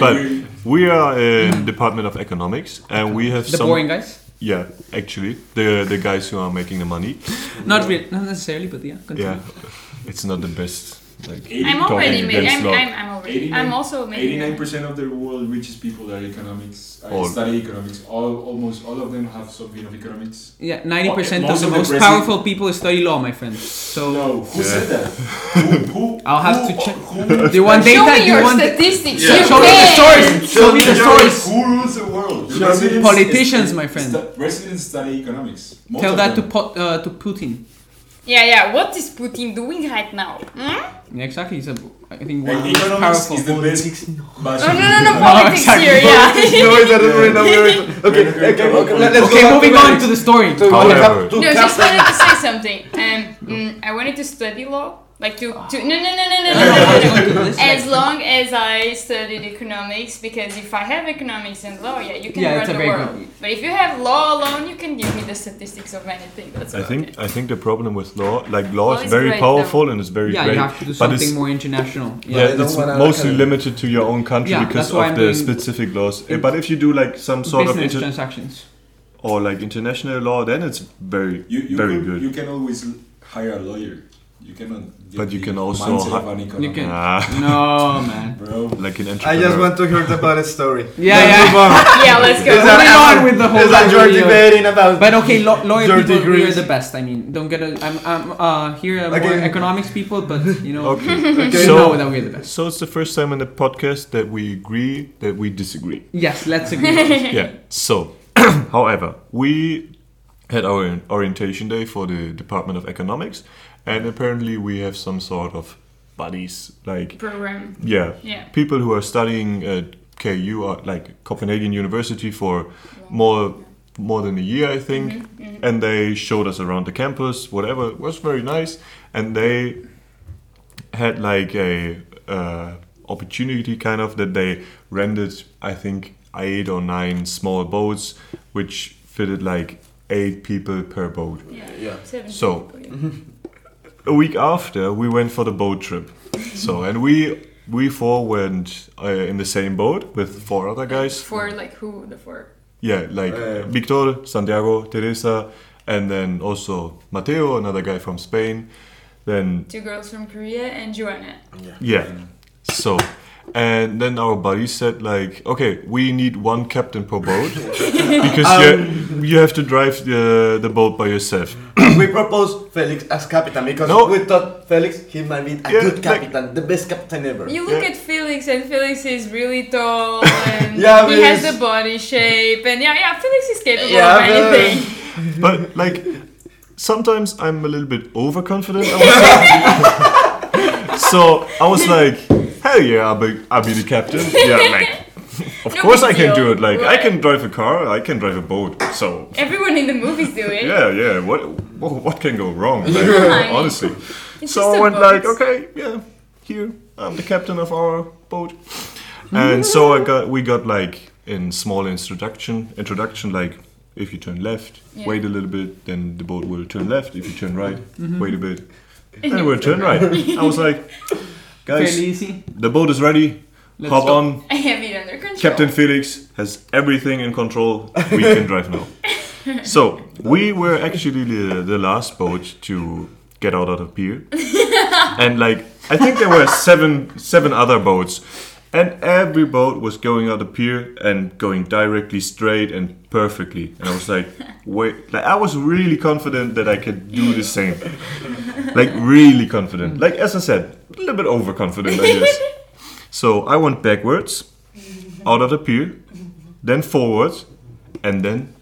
S5: but we are in Department of Economics, and we have
S6: The
S5: some.
S6: boring guys?
S5: Yeah, actually, the the guys who are making the money.
S6: Not really, not necessarily, but yeah. Continue.
S5: Yeah, it's not the best. Like
S1: I'm
S5: Talking
S1: already made. I'm,
S5: against law.
S1: I'm, I'm already. I'm
S2: 89
S1: also making.
S2: Eighty-nine percent of the world richest people are economics. I
S5: All.
S2: study economics. All almost all of them have some bit of economics.
S6: Yeah, ninety percent of
S2: Most
S6: the
S2: of the
S6: most
S2: Bresi-
S6: powerful people study law, my friend. So
S2: No, who
S5: Yeah.
S2: said that? who, who?
S6: I'll have
S2: who-
S6: to check.
S2: Who,
S6: do you want
S1: Show
S6: data?
S1: me
S6: Do you
S1: your
S6: want?
S1: statistics.
S6: Yeah,
S1: You
S6: Show me the
S1: can.
S6: stories. Show me the stories.
S2: Who rules the world? The
S6: Show me
S2: presidents-
S6: politicians, my
S2: stu-
S6: friend.
S2: Presidents study economics. Most
S6: Tell
S2: of
S6: that to
S2: them.
S6: Pot, uh, to Putin.
S1: Yeah, yeah. What is Putin doing right now? Hmm?
S6: Yeah, exactly. He's a, I think
S2: Like,
S6: one of the most
S2: economics
S6: powerful.
S2: is the best.
S1: Oh no,
S2: bashing.
S1: no, no.
S6: No,
S1: Politics
S6: exactly.
S1: here. Yeah.
S4: no, it's not right now. we're-
S2: We're
S4: Okay,
S2: not
S4: okay,
S2: gonna
S4: okay.
S2: go
S4: let- Let's go
S6: Okay,
S4: back
S6: moving
S4: to
S6: on
S4: the-
S6: to the story.
S4: to
S5: However.
S4: to
S1: No, just
S4: Captain.
S1: wanted to say something. Um, mm, I wanted to study law. Like to, to no, no, no, no, no,
S6: No, no, I was
S1: no, no,
S6: going
S1: no.
S6: to do this,
S1: As
S6: like-
S1: long as I studied economics, because if I have economics and law, yeah, you can
S6: Yeah,
S1: run
S6: it's a
S1: the
S6: very
S1: world.
S6: good-
S1: But if you have law alone, you can give me the statistics of anything. That's
S5: I
S1: about
S5: think
S1: it.
S5: I think the problem with law, like law,
S1: Law
S5: is
S1: is
S5: very
S1: great,
S5: powerful and it's very
S6: yeah,
S5: great,
S6: you have to do
S5: but it's
S6: something more international.
S5: Yeah,
S4: they don't
S5: it's
S4: wanna
S5: mostly
S4: look at it.
S5: limited to your own country
S6: Yeah,
S5: because
S6: that's why
S5: of
S6: I'm
S5: the
S6: doing
S5: specific laws. Eh,
S6: in-
S5: But if you do like some sort of
S6: business
S5: inter-
S6: transactions.
S5: or like international law, then it's very
S2: You, you
S5: very
S2: could-
S5: good.
S2: You can always l- hire a lawyer. You cannot. get
S5: But you
S2: the
S5: can also
S2: mindset of
S5: hi-
S2: an
S6: You can-
S2: economist.
S5: Ah,
S6: No man.
S2: Bro,
S5: like an entrepreneur.
S4: I just want to hear about a story.
S6: Yeah,
S4: Let's
S6: yeah.
S4: move on.
S1: Yeah, let's
S6: Is
S1: go.
S6: that- Moving on with the whole
S4: Is that you're
S6: video.
S4: debating about?
S6: But okay, law lawyer
S4: Your
S6: people
S4: degrees.
S6: are the best. I mean, don't get. A, I'm I'm uh here are more
S4: Again.
S6: economics people, but you know
S5: Okay.
S6: you
S5: So-
S6: know that we're the best.
S5: So it's the first time in the podcast that we agree that we disagree.
S6: Yes, let's agree.
S5: yeah. So, however, we had our orientation day for the Department of Economics, and apparently we have some sort of buddies, like
S1: Program.
S5: yeah,
S1: Yeah.
S5: people who are studying at KU, are, like Copenhagen University, for more more than a year, I
S1: Mm-hmm.
S5: think. And they showed us around the campus, whatever. It was very nice, and they had like a uh, opportunity kind of that they rented I think eight or nine small boats which fitted like eight people per boat.
S1: Yeah.
S4: Yeah.
S1: Seven
S5: So- mm-hmm.
S1: people,
S5: A week after we went for the boat trip. So and we we four went uh, in the same boat with four other
S1: yeah.
S5: guys.
S1: For like who? The four.
S5: Yeah, like
S4: Uh,
S5: Victor, Santiago, Teresa, and then also Mateo, another guy from Spain. Then
S1: Two girls from Korea and Joanna.
S5: yeah, so and then our buddy said like, okay, we need one captain per boat because you you have to drive the the boat by yourself.
S4: we proposed Felix as captain because
S5: No.
S4: we thought Felix he might be a
S5: Yeah,
S4: good
S5: like-
S4: captain, the best captain ever.
S1: You look
S5: Yeah.
S1: at Felix, and Felix is really tall, and
S4: Yeah,
S1: he
S4: but
S1: has
S4: it's-
S1: the body shape, and yeah, yeah, Felix is capable
S4: Yeah,
S1: of
S4: but-
S1: anything.
S5: But like sometimes I'm a little bit overconfident. I would say. so I was like, hell yeah, I'll be I'll be the captain. Yeah, like. Of
S1: No
S5: course
S1: big
S5: I can
S1: deal.
S5: do it. Like I
S1: Right.
S5: can drive a car, I can drive a boat. So
S1: Everyone in the movies do it.
S5: Yeah, yeah. What wha- what can go wrong? Like,
S1: Right.
S5: honestly.
S1: It's
S5: so
S1: just
S5: I
S1: a
S5: went
S1: boat.
S5: like, okay, yeah, here I'm the captain of our boat, and so I got we got like in small introduction introduction like if you turn left,
S1: Yeah.
S5: wait a little bit, then the boat will turn left. If you turn right,
S1: Mm-hmm.
S5: wait a bit, then it will turn right. I was like, guys,
S6: Fairly easy.
S5: the boat is ready.
S6: Let's
S5: Hop
S6: go.
S5: on.
S1: I have it under control.
S5: Captain Felix has everything in control. We can drive now. So we were actually the, the last boat to get out of the pier, and like I think there were seven seven other boats, and every boat was going out the pier and going directly straight and perfectly. And I was like, wait, like I was really confident that I could do the same, like really confident. Like as I said, a little bit overconfident, I guess. So I went backwards out of the pier, then forward, and then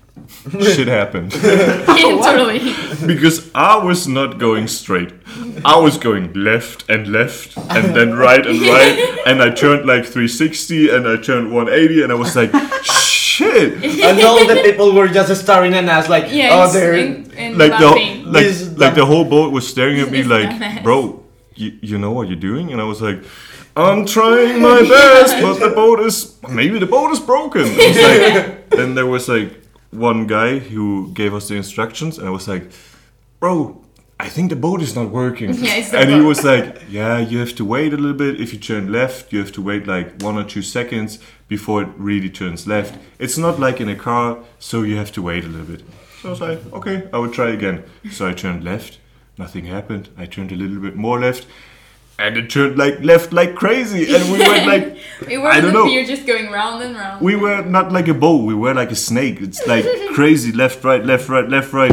S5: shit happened.
S1: yeah, totally.
S5: because I was not going straight. I was going left and left and then right and right. And I turned like 360 and I turned 180 and I was like, shit.
S4: and all the people were just staring at us like,
S1: Yeah,
S4: oh,
S1: it's
S4: they're
S1: in, in
S5: Like the,
S1: laughing.
S4: This
S5: like,
S4: is
S5: like the
S4: dumb.
S5: whole boat was staring at me
S1: It's
S5: like,
S1: dumbass.
S5: bro, you, you know what you're doing? And I was like, I'm trying my best, but the boat is maybe the boat is broken. I was like- then there was like one guy who gave us the instructions, and I was like, "Bro, I think the boat is not working."
S1: Yeah, it's the
S5: and he
S1: boat.
S5: was like, "Yeah, you have to wait a little bit. If you turn left, you have to wait like one or two seconds before it really turns left. It's not like in a car, so you have to wait a little bit." So I was like, "Okay, I will try again." So I turned left. Nothing happened. I turned a little bit more left. And it turned like left like crazy, and we went like
S1: we were
S5: I
S1: on the
S5: don't know.
S1: pier just going round and round.
S5: we were not like a bow, we were like a snake. It's like crazy left, right, left, right, left, right.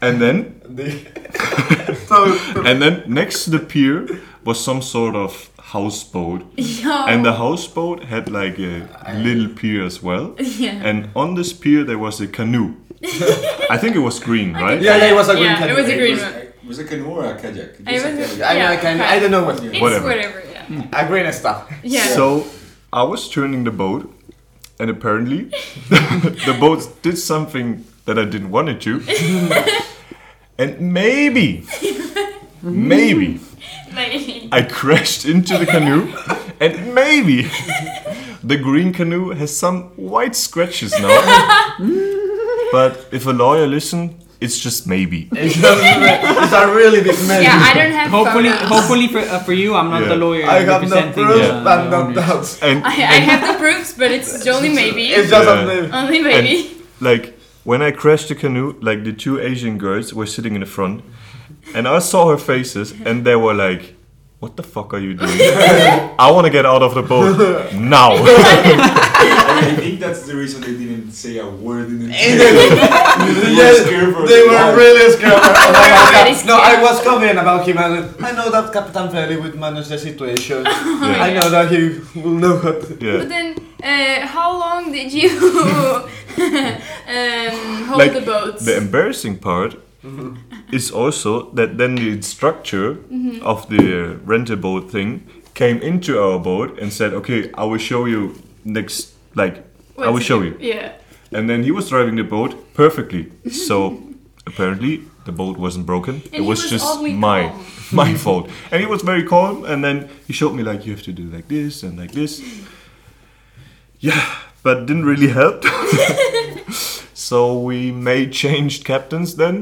S5: And then and then next to the pier was some sort of houseboat.
S1: yeah.
S5: And the houseboat had like a little pier as well.
S1: yeah.
S5: And on this pier there was a canoe. I think it was green, right?
S4: Yeah, yeah, it was a green
S1: yeah,
S4: canoe.
S1: it was a
S4: It
S1: green
S4: was-
S1: one.
S2: Was it canoe or a kajak?
S1: I
S2: Just a
S1: was-
S4: I,
S2: kajak.
S1: Yeah,
S4: I, can,
S1: okay.
S4: I don't know what.
S1: It's
S5: Whatever.
S1: whatever. yeah.
S4: A green stuff.
S1: Yeah.
S5: So I was turning the boat, and apparently the boat did something that I didn't want it to. and maybe, maybe
S1: like,
S5: I crashed into the canoe, and maybe the green canoe has some white scratches now. but if a lawyer listen, it's just maybe.
S4: It's, just, it's a really big mess.
S1: yeah, I don't have
S6: Hopefully,
S1: photos.
S6: hopefully for, uh, for you, I'm not
S5: Yeah.
S6: the lawyer.
S4: I have no
S6: representing,
S4: proof
S6: uh,
S4: and
S6: the
S4: no
S6: owners.
S4: doubts.
S5: And
S1: I, I have the proofs, but it's only
S4: It's
S1: maybe. Oh.
S4: just
S5: Yeah.
S4: a name.
S1: Only maybe.
S5: like when I crashed the canoe, like the two Asian girls were sitting in the front, and I saw her faces, and they were like, "What the fuck are you doing? I want to get out of the boat now."
S2: I think that's the reason they didn't say a word in the They were
S4: Yes,
S2: scared for
S4: They
S2: their
S4: were
S2: lives.
S4: really scared. about
S1: Everybody's
S4: that. no, I
S1: scared.
S4: was confident about him. I, was- I know that Captain Ferry would manage the situation.
S5: Yeah.
S4: I know that he will know what. to-
S1: But
S5: yeah.
S1: then, uh, how long did you um, hold
S5: Like,
S1: the boats?
S5: The embarrassing part is also that then the instructor of the rental boat thing came into our boat and said, "Okay, I will show you next. Like, I will
S1: What's-
S5: show you."
S1: Yeah.
S5: And then he was driving the boat perfectly. So apparently the boat wasn't broken.
S1: And
S5: it
S1: he
S5: was,
S1: was
S5: just
S1: oddly
S5: my
S1: calm.
S5: my fault. And he was very calm. And then he showed me like you have to do like this and like this. Yeah, but didn't really help. so we made changed captains then,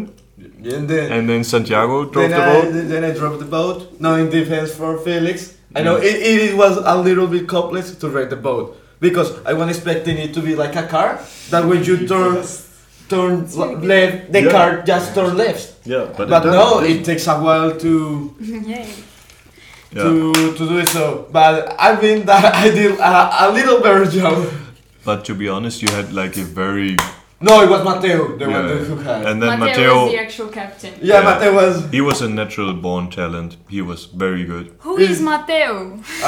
S4: And then,
S5: and then Santiago drove
S4: then,
S5: the
S4: I,
S5: boat.
S4: then I dropped the boat. Now in defense for Felix. I know it, it was a little bit complex to ride the boat because I was expecting it to be like a car. That when you turn turn le- left, the
S5: Yeah.
S4: car just turn left.
S5: Yeah, but,
S4: But
S5: it
S4: no,
S5: doesn't.
S4: it takes a while to
S1: Yay.
S5: Yeah.
S4: to, to do so. But I mean that I did a, a little better job.
S5: But to be honest, you had like a very
S4: No, it was Mateo, the one
S5: Yeah.
S4: who had.
S5: and then
S1: Mateo is the
S5: Matteo.
S1: actual captain.
S4: yeah,
S5: Yeah.
S4: Mateo was.
S5: He was a natural born talent. He was very good
S1: Who is Mateo?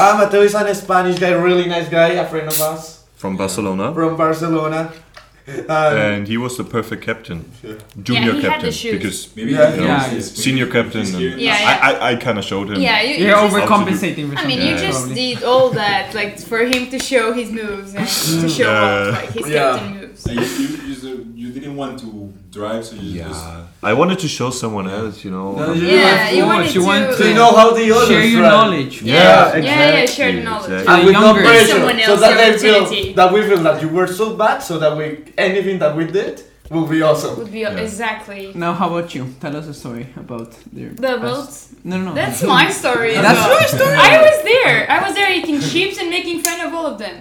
S4: Ah, Mateo is an Spanish guy, really nice guy, a friend of us
S5: from Barcelona,
S4: from Barcelona. Um,
S5: and he was the perfect captain,
S4: Yeah.
S5: junior
S1: Yeah, he had the
S5: captain
S1: shoes.
S5: because
S2: Maybe
S4: Yeah.
S2: you know,
S6: Yeah.
S2: it's-
S5: senior captain.
S2: it's
S5: And
S2: here.
S1: Yeah, yeah.
S5: I, I, I kind of showed him.
S1: Yeah, you, you
S6: You're
S1: just,
S6: overcompensating for
S1: I
S6: something.
S1: mean, you
S5: Yeah.
S1: just
S6: probably.
S1: did all that like for him to show his moves and to show off like his
S4: Yeah.
S1: captain moves.
S2: So you, you, you, s- you didn't want to drive, so you just.
S5: Yeah. I wanted to show someone else, you know.
S4: No, you-
S1: Yeah,
S6: Yeah,
S1: you
S6: of
S1: wanted
S6: course, you want
S1: to.
S4: so you know how the others
S6: Share your
S4: run.
S6: knowledge.
S5: Yeah,
S1: Yeah,
S4: exactly.
S1: yeah, yeah, share the knowledge.
S5: Exactly.
S4: And with no
S6: Younger.
S4: pressure,
S1: Someone
S4: so
S1: else
S4: that
S1: the
S4: they feel
S1: opportunity.
S4: that we feel that you were so bad, so that we anything that we did will be awesome.
S1: Would be
S5: Yeah.
S1: exactly
S6: Now, how about you? Tell us a story about their.
S1: the
S6: past-
S1: world.
S6: No, no, no.
S1: That's my story. as
S6: That's
S1: well.
S6: your story.
S1: I was there. I was there eating chips and making fun of all of them.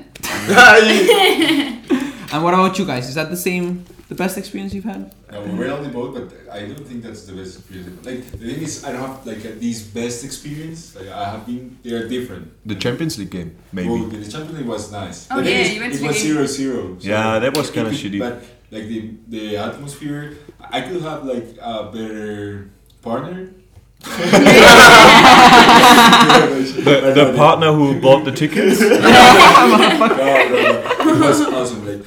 S4: yeah,
S6: And what about you guys? Is that the same, the best experience you've had?
S2: No, uh, we were on the boat, but I don't think that's the best experience. Like the thing is, I don't have like a, these best experience. Like I have been, they are different.
S5: The Champions League game, maybe.
S2: Well, the Champions League was nice.
S1: Oh,
S2: The thing
S1: yeah,
S2: is,
S1: you went
S2: it
S1: to the
S2: was
S1: game.
S2: zero zero.
S5: Yeah, that was kinda shitty.
S2: But like the the atmosphere, I could have like a better partner.
S5: the,
S2: the,
S5: the partner who bought the tickets.
S2: no, no, no. It was awesome. Like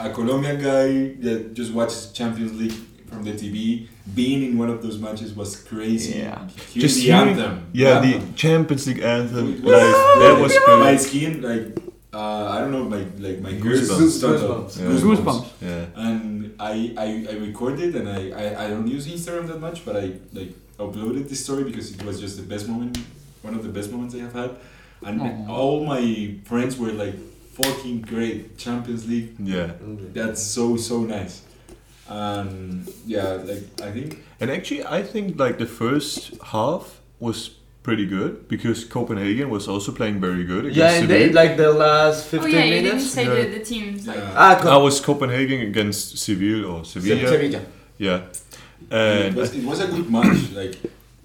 S2: a Colombian guy that just watches Champions League from the TV, being in one of those matches was crazy.
S6: Yeah.
S2: Hear
S5: Just
S2: the
S5: hearing-
S2: anthem.
S5: Yeah,
S2: the
S5: the Champions League anthem.
S2: It
S5: Like, that was
S2: My
S5: good.
S2: skin, like uh, I don't know, my like my
S5: Goosebumps.
S2: goosebumps. stood up.
S4: Goosebumps.
S5: Yeah.
S6: Goosebumps.
S5: Yeah.
S2: And I, I, I recorded and I, I, I don't use Instagram that much, but I like uploaded this story because it was just the best moment, one of the best moments I have had. And
S6: Aw.
S2: all my friends were like, fucking great, Champions League,
S5: Yeah.
S2: that's so so nice. Um, yeah, like I think
S5: And actually, I think like the first half was pretty good because Copenhagen was also playing very good against
S4: in the,
S5: Sevilla.
S4: like the last
S1: Oh
S4: 15
S1: yeah, you didn't
S4: minutes.
S1: say
S5: Yeah.
S1: the, the teams. Like,
S2: yeah,
S5: I
S4: Ah,
S5: was Copenhagen against Seville or Sevilla.
S4: Sevilla.
S5: Yeah.
S2: it,
S5: And
S2: was, it was a good match. Like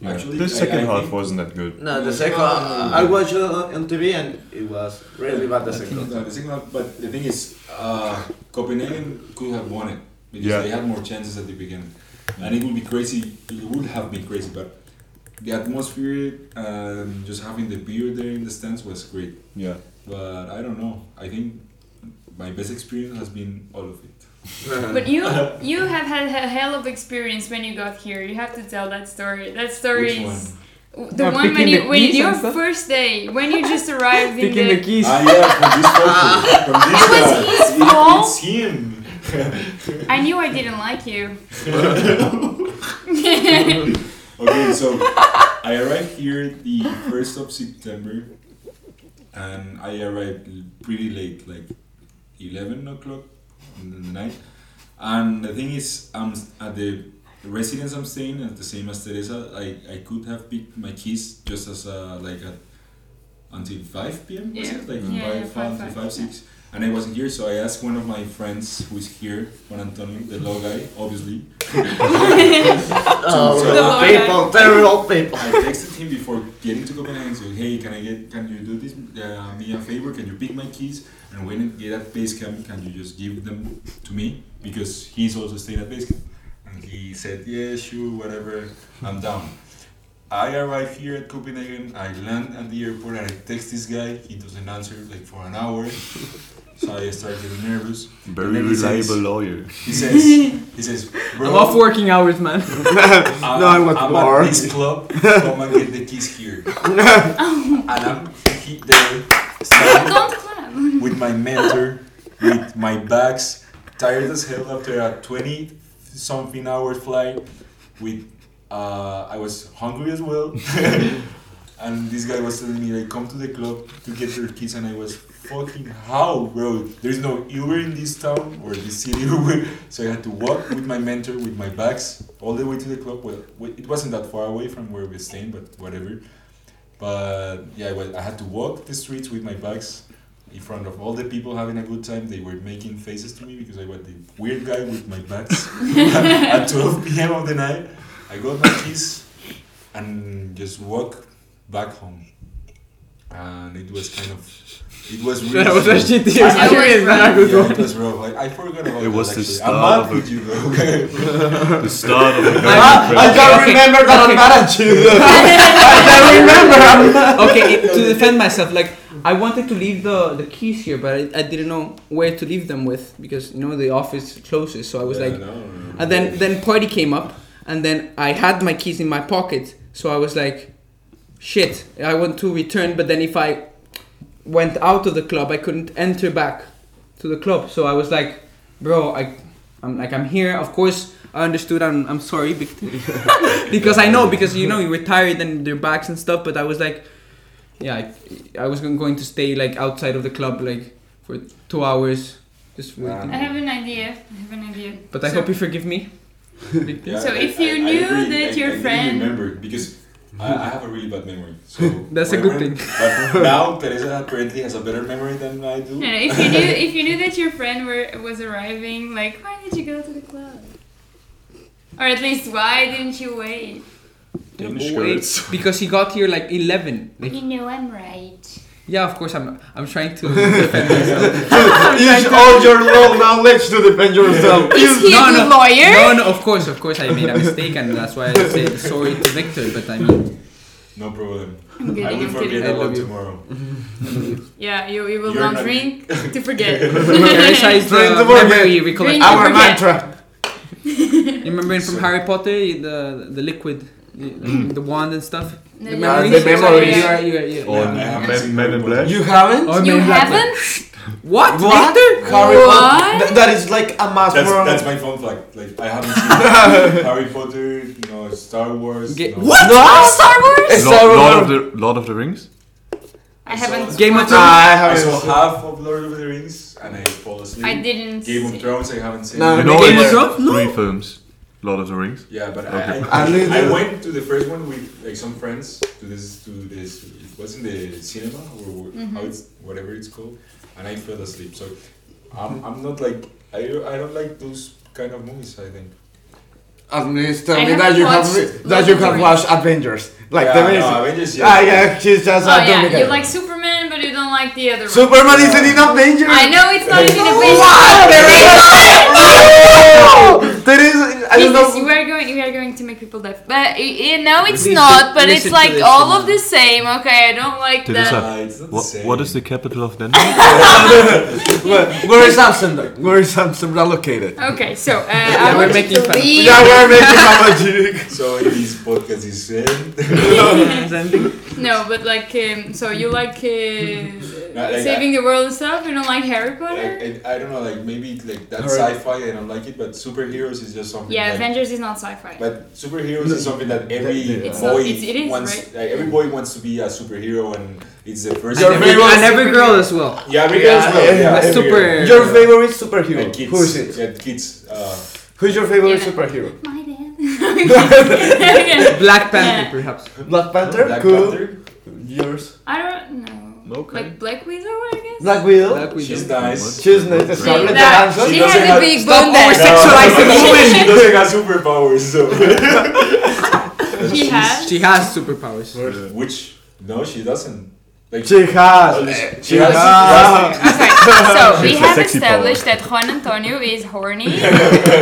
S5: yeah.
S2: actually,
S5: the
S2: I-
S5: second
S2: I
S5: half
S2: think
S5: wasn't that good.
S4: No, the
S2: Yeah.
S4: second uh,
S2: Ah.
S4: I watched it on on TV and it was really bad. The second.
S2: No, the second half, but the thing is, uh, Copenhagen could have won it because
S5: Yeah.
S2: they had more chances at the beginning, and it would be crazy. It would have been crazy, but the atmosphere and just having the beer there in the stands was great.
S5: Yeah.
S2: But I don't know. I think my best experience has been all of it.
S1: But you you have had a hell of experience when you got here. You have to tell that story. That story
S2: Which one?
S1: is the
S6: What,
S1: one when
S6: Uh, picking
S1: you
S6: the
S1: when
S6: keys
S1: your
S6: and stuff?
S1: first day when you just arrived in
S6: Picking
S1: the.
S6: the keys.
S2: Ah, yeah, from this photo. From this
S1: It was
S2: guy.
S1: his
S2: It-
S1: fault.
S2: It's him.
S1: I knew I didn't like you.
S2: Okay, so I arrived here the 1st of September and I arrived l- pretty late, like 11 o'clock in the night. And the thing is, I'm s- at the residence I'm staying at, the same as Teresa, I, I could have picked my keys just as a, like at until 5 p.m. was
S1: Yeah.
S2: it? Like
S1: Yeah, yeah,
S2: 5, 5,
S1: five,
S2: to
S1: five,
S2: 5, 6. And I wasn't here, so I asked one of my friends who's here, Juan Antonio, the law guy, obviously.
S4: Oh,
S2: So-
S1: No,
S4: people, terrible people.
S2: I texted him before getting to Copenhagen. So hey, can I get? Can you do this uh, me a favor? Can you pick my keys? And when I get at base camp, can you just give them to me because he's also staying at base camp? And he said, yeah, sure, whatever, I'm down. I arrive here at Copenhagen. I land at the airport and I text this guy. He doesn't answer like for an hour. So I start getting nervous.
S5: Very
S2: And then he says-
S5: reliable lawyer.
S2: He says, he says,
S6: I'm
S2: bro,
S6: off working hours, man.
S2: I'm,
S4: No, I want
S2: I'm
S4: more.
S2: at this club. Come and get the keys here. and I'm he- there, standing
S1: Don't clap.
S2: with my mentor, with my bags, tired as hell after a 20 something hour flight. with uh, I was hungry as well, and this guy was telling me like come to the club to get your kids, and I was fucking how bro? There's no Uber in this town or this city, so I had to walk with my mentor with my bags all the way to the club. Well, w- it wasn't that far away from where we're staying, but whatever. But yeah, well, I had to walk the streets with my bags in front of all the people having a good time. They were making faces to me because I was the weird guy with my bags at 12 p.m. of the night. I got my keys and just walk back home. And it was kind of, it was really.
S6: That was actually the
S1: I was
S6: experience, not a good
S2: yeah,
S6: one.
S2: it was rough. I, I forgot about
S5: It
S2: that,
S5: was the
S2: actually.
S5: start
S2: I'm
S5: of
S2: mad with you though.
S5: the start of the
S4: Ah, I
S5: guy.
S4: don't remember that I'm mad at you. I don't remember.
S6: okay, it- to defend myself, like I wanted to leave the the keys here, but I, I didn't know where to leave them with because you know the office closes. So I was like, and then then party came up, and then I had my keys in my pocket. So I was like, shit, I want to return, but then if I went out of the club, I couldn't enter back to the club. So I was like, bro, I, I'm like I'm here. Of course, I understood. I'm I'm sorry bec- because I know because you know you were tired and their backs and stuff. But I was like, yeah, I, I was gon- going to stay like outside of the club like for two hours. Just waiting.
S1: I have an idea. I have an idea.
S6: But I
S1: So-
S6: hope you forgive me.
S2: Yeah,
S1: So
S2: I-
S1: if
S2: I-
S1: you
S2: I
S1: knew
S2: agree.
S1: that
S2: I-
S1: your
S2: I didn't
S1: friend-
S2: remember because I, I have a really bad memory. So
S6: That's a
S2: whatever.
S6: good thing.
S2: But now Teresa apparently has a better memory than I do.
S1: No, no, if you knew if you knew that your friend were was arriving, like why did you go to the club? Or at least why didn't you wait?
S5: Damn
S6: Wait,
S5: shirts.
S6: because he got here like eleven. Like,
S1: You know I'm right.
S6: yeah, of course I'm. I'm trying to defend myself.
S4: Use all your long knowledge to defend yourself.
S1: Is he
S6: No,
S1: a
S6: no,
S1: good lawyer?
S6: No, no, of course, of course, I made a mistake, and that's why I said sorry to Victor. But I mean,
S2: No problem.
S1: I'm
S2: I
S1: kidding,
S2: will
S1: I'm kidding.
S2: forget
S6: I love
S2: about
S6: you.
S2: tomorrow.
S1: Yeah, you, you will
S2: You're
S1: not
S2: not-
S1: drink to forget.
S6: Teresa is
S4: Drink
S6: the
S4: the water.
S6: memory recollection.
S1: Drink-
S4: Our
S1: forget.
S4: mantra.
S6: You remember it from Harry Potter, the the liquid, the, the wand and stuff.
S1: No,
S6: the
S1: you-
S6: memories.
S4: the memories.
S6: You are, you are, you are,
S5: Or
S2: Yeah, Oh, I haven't
S5: Men
S2: seen
S5: Men in
S2: Harry
S5: Black.
S2: Potter.
S4: You haven't?
S6: Oh,
S1: You
S6: no, black-
S1: haven't?
S6: What?
S4: What?
S6: Victor?
S4: Harry Potter.
S1: What?
S4: Th- that is like a mass
S2: That's,
S4: murder.
S2: that's my fun fact. Like I haven't seen Harry Potter, no Star Wars.
S6: Ga-
S2: no.
S4: What?
S1: Oh, Star Wars?
S4: It's
S5: Lord,
S4: so
S5: Lord
S4: wrong.
S5: of the Lord of the Rings.
S1: I
S2: saw
S1: haven't.
S6: Game of
S4: Nah, I
S2: I
S4: haven't.
S2: saw half of Lord of the Rings and I fall asleep.
S1: I didn't.
S2: Game
S1: see.
S2: of Thrones. I haven't seen.
S4: No.
S5: You
S4: Uh,
S5: know
S4: Game of
S5: it's
S6: Thrones? No.
S5: three films. Lord of the Rings.
S2: Yeah, but
S5: Okay.
S2: I, I,
S4: I need
S2: I,
S4: to-
S2: went to the first one with like some friends to this to this. It was in the cinema or wh- how it's whatever it's called, and I fell asleep. So I'm, I'm not like I, I don't like those kind of movies. I think.
S4: At least
S1: I
S4: tell me
S1: haven't
S4: that you have
S1: watched
S4: re- that you
S1: Lord of
S4: have
S1: the
S4: watched Avengers, like
S2: yeah,
S4: the basic.
S2: No, Avengers. Yeah.
S4: Ah, yeah, she's just
S1: Oh
S4: a dummy
S1: yeah, you
S4: guy.
S1: like Superman, but you don't like the other one.
S4: Superman isn't in Avengers.
S1: I know it's not even a
S4: What? There is. No! Oh! There is. I don't
S1: Jesus, you
S4: know.
S1: are going, you are going to make people deaf. But uh, no, it's
S6: Listen-
S1: not. But it's
S6: listen to
S1: like
S6: this
S1: all of
S6: one.
S1: the same. Okay, I don't like
S5: Did
S1: that.
S5: this
S2: Uh, it's not
S5: What,
S2: the same.
S5: what is the capital of Denmark?
S4: Where, where is Amsterdam? Where is Amsterdam located?
S1: Okay, so uh,
S6: we're
S1: I want you
S6: making
S1: to
S6: fun.
S1: leave.
S4: Yeah, we're making a magic.
S2: So this podcast is end.
S1: No, but like, um, so you like uh,
S2: Not like
S1: saving the world and stuff. You don't like Harry Potter.
S2: like, I, I don't know. Like maybe like that
S4: Alright.
S2: sci-fi. I don't like it, but superheroes is just something.
S1: yeah,
S2: like,
S1: Avengers is not sci-fi.
S2: But superheroes is something that every
S1: It's
S2: boy
S1: not- it's- it is,
S2: wants.
S1: right?
S2: Like, every boy wants to be a superhero, and it's the first.
S4: Your
S6: And
S4: favorite-
S6: every, and every girl as well.
S2: Yeah, every girl's
S4: Yeah,
S2: well,
S4: yeah,
S2: yeah,
S6: a
S2: every
S6: super-
S2: girl.
S4: Your
S6: Yeah.
S4: favorite superhero?
S2: Like kids,
S4: Who is it?
S2: Yeah, kids. Uh,
S4: Who's your favorite
S1: Yeah.
S4: superhero?
S1: My dad.
S6: Black Panther,
S1: Yeah.
S6: perhaps.
S4: Black Panther.
S2: Black
S4: cool.
S2: Panther.
S4: Yours.
S1: I don't know.
S5: Okay.
S1: Like Black Widow, I guess.
S4: Black Widow.
S6: Black Widow.
S2: She's nice.
S4: She's nice.
S1: She,
S4: Scarlett
S1: that-
S4: Johansson.
S1: she
S2: doesn't
S1: has a
S2: have-
S1: big
S6: Stop
S1: bone there.
S6: over sexualize the
S2: She
S6: woman.
S2: doesn't have superpowers, so.
S1: She has.
S6: She has superpowers.
S2: Which no, she doesn't. Like
S4: She has.
S2: She
S4: She
S2: has-
S4: has.
S1: Okay, so we
S5: It's a
S1: have
S5: sexy
S1: established that Juan Antonio is horny.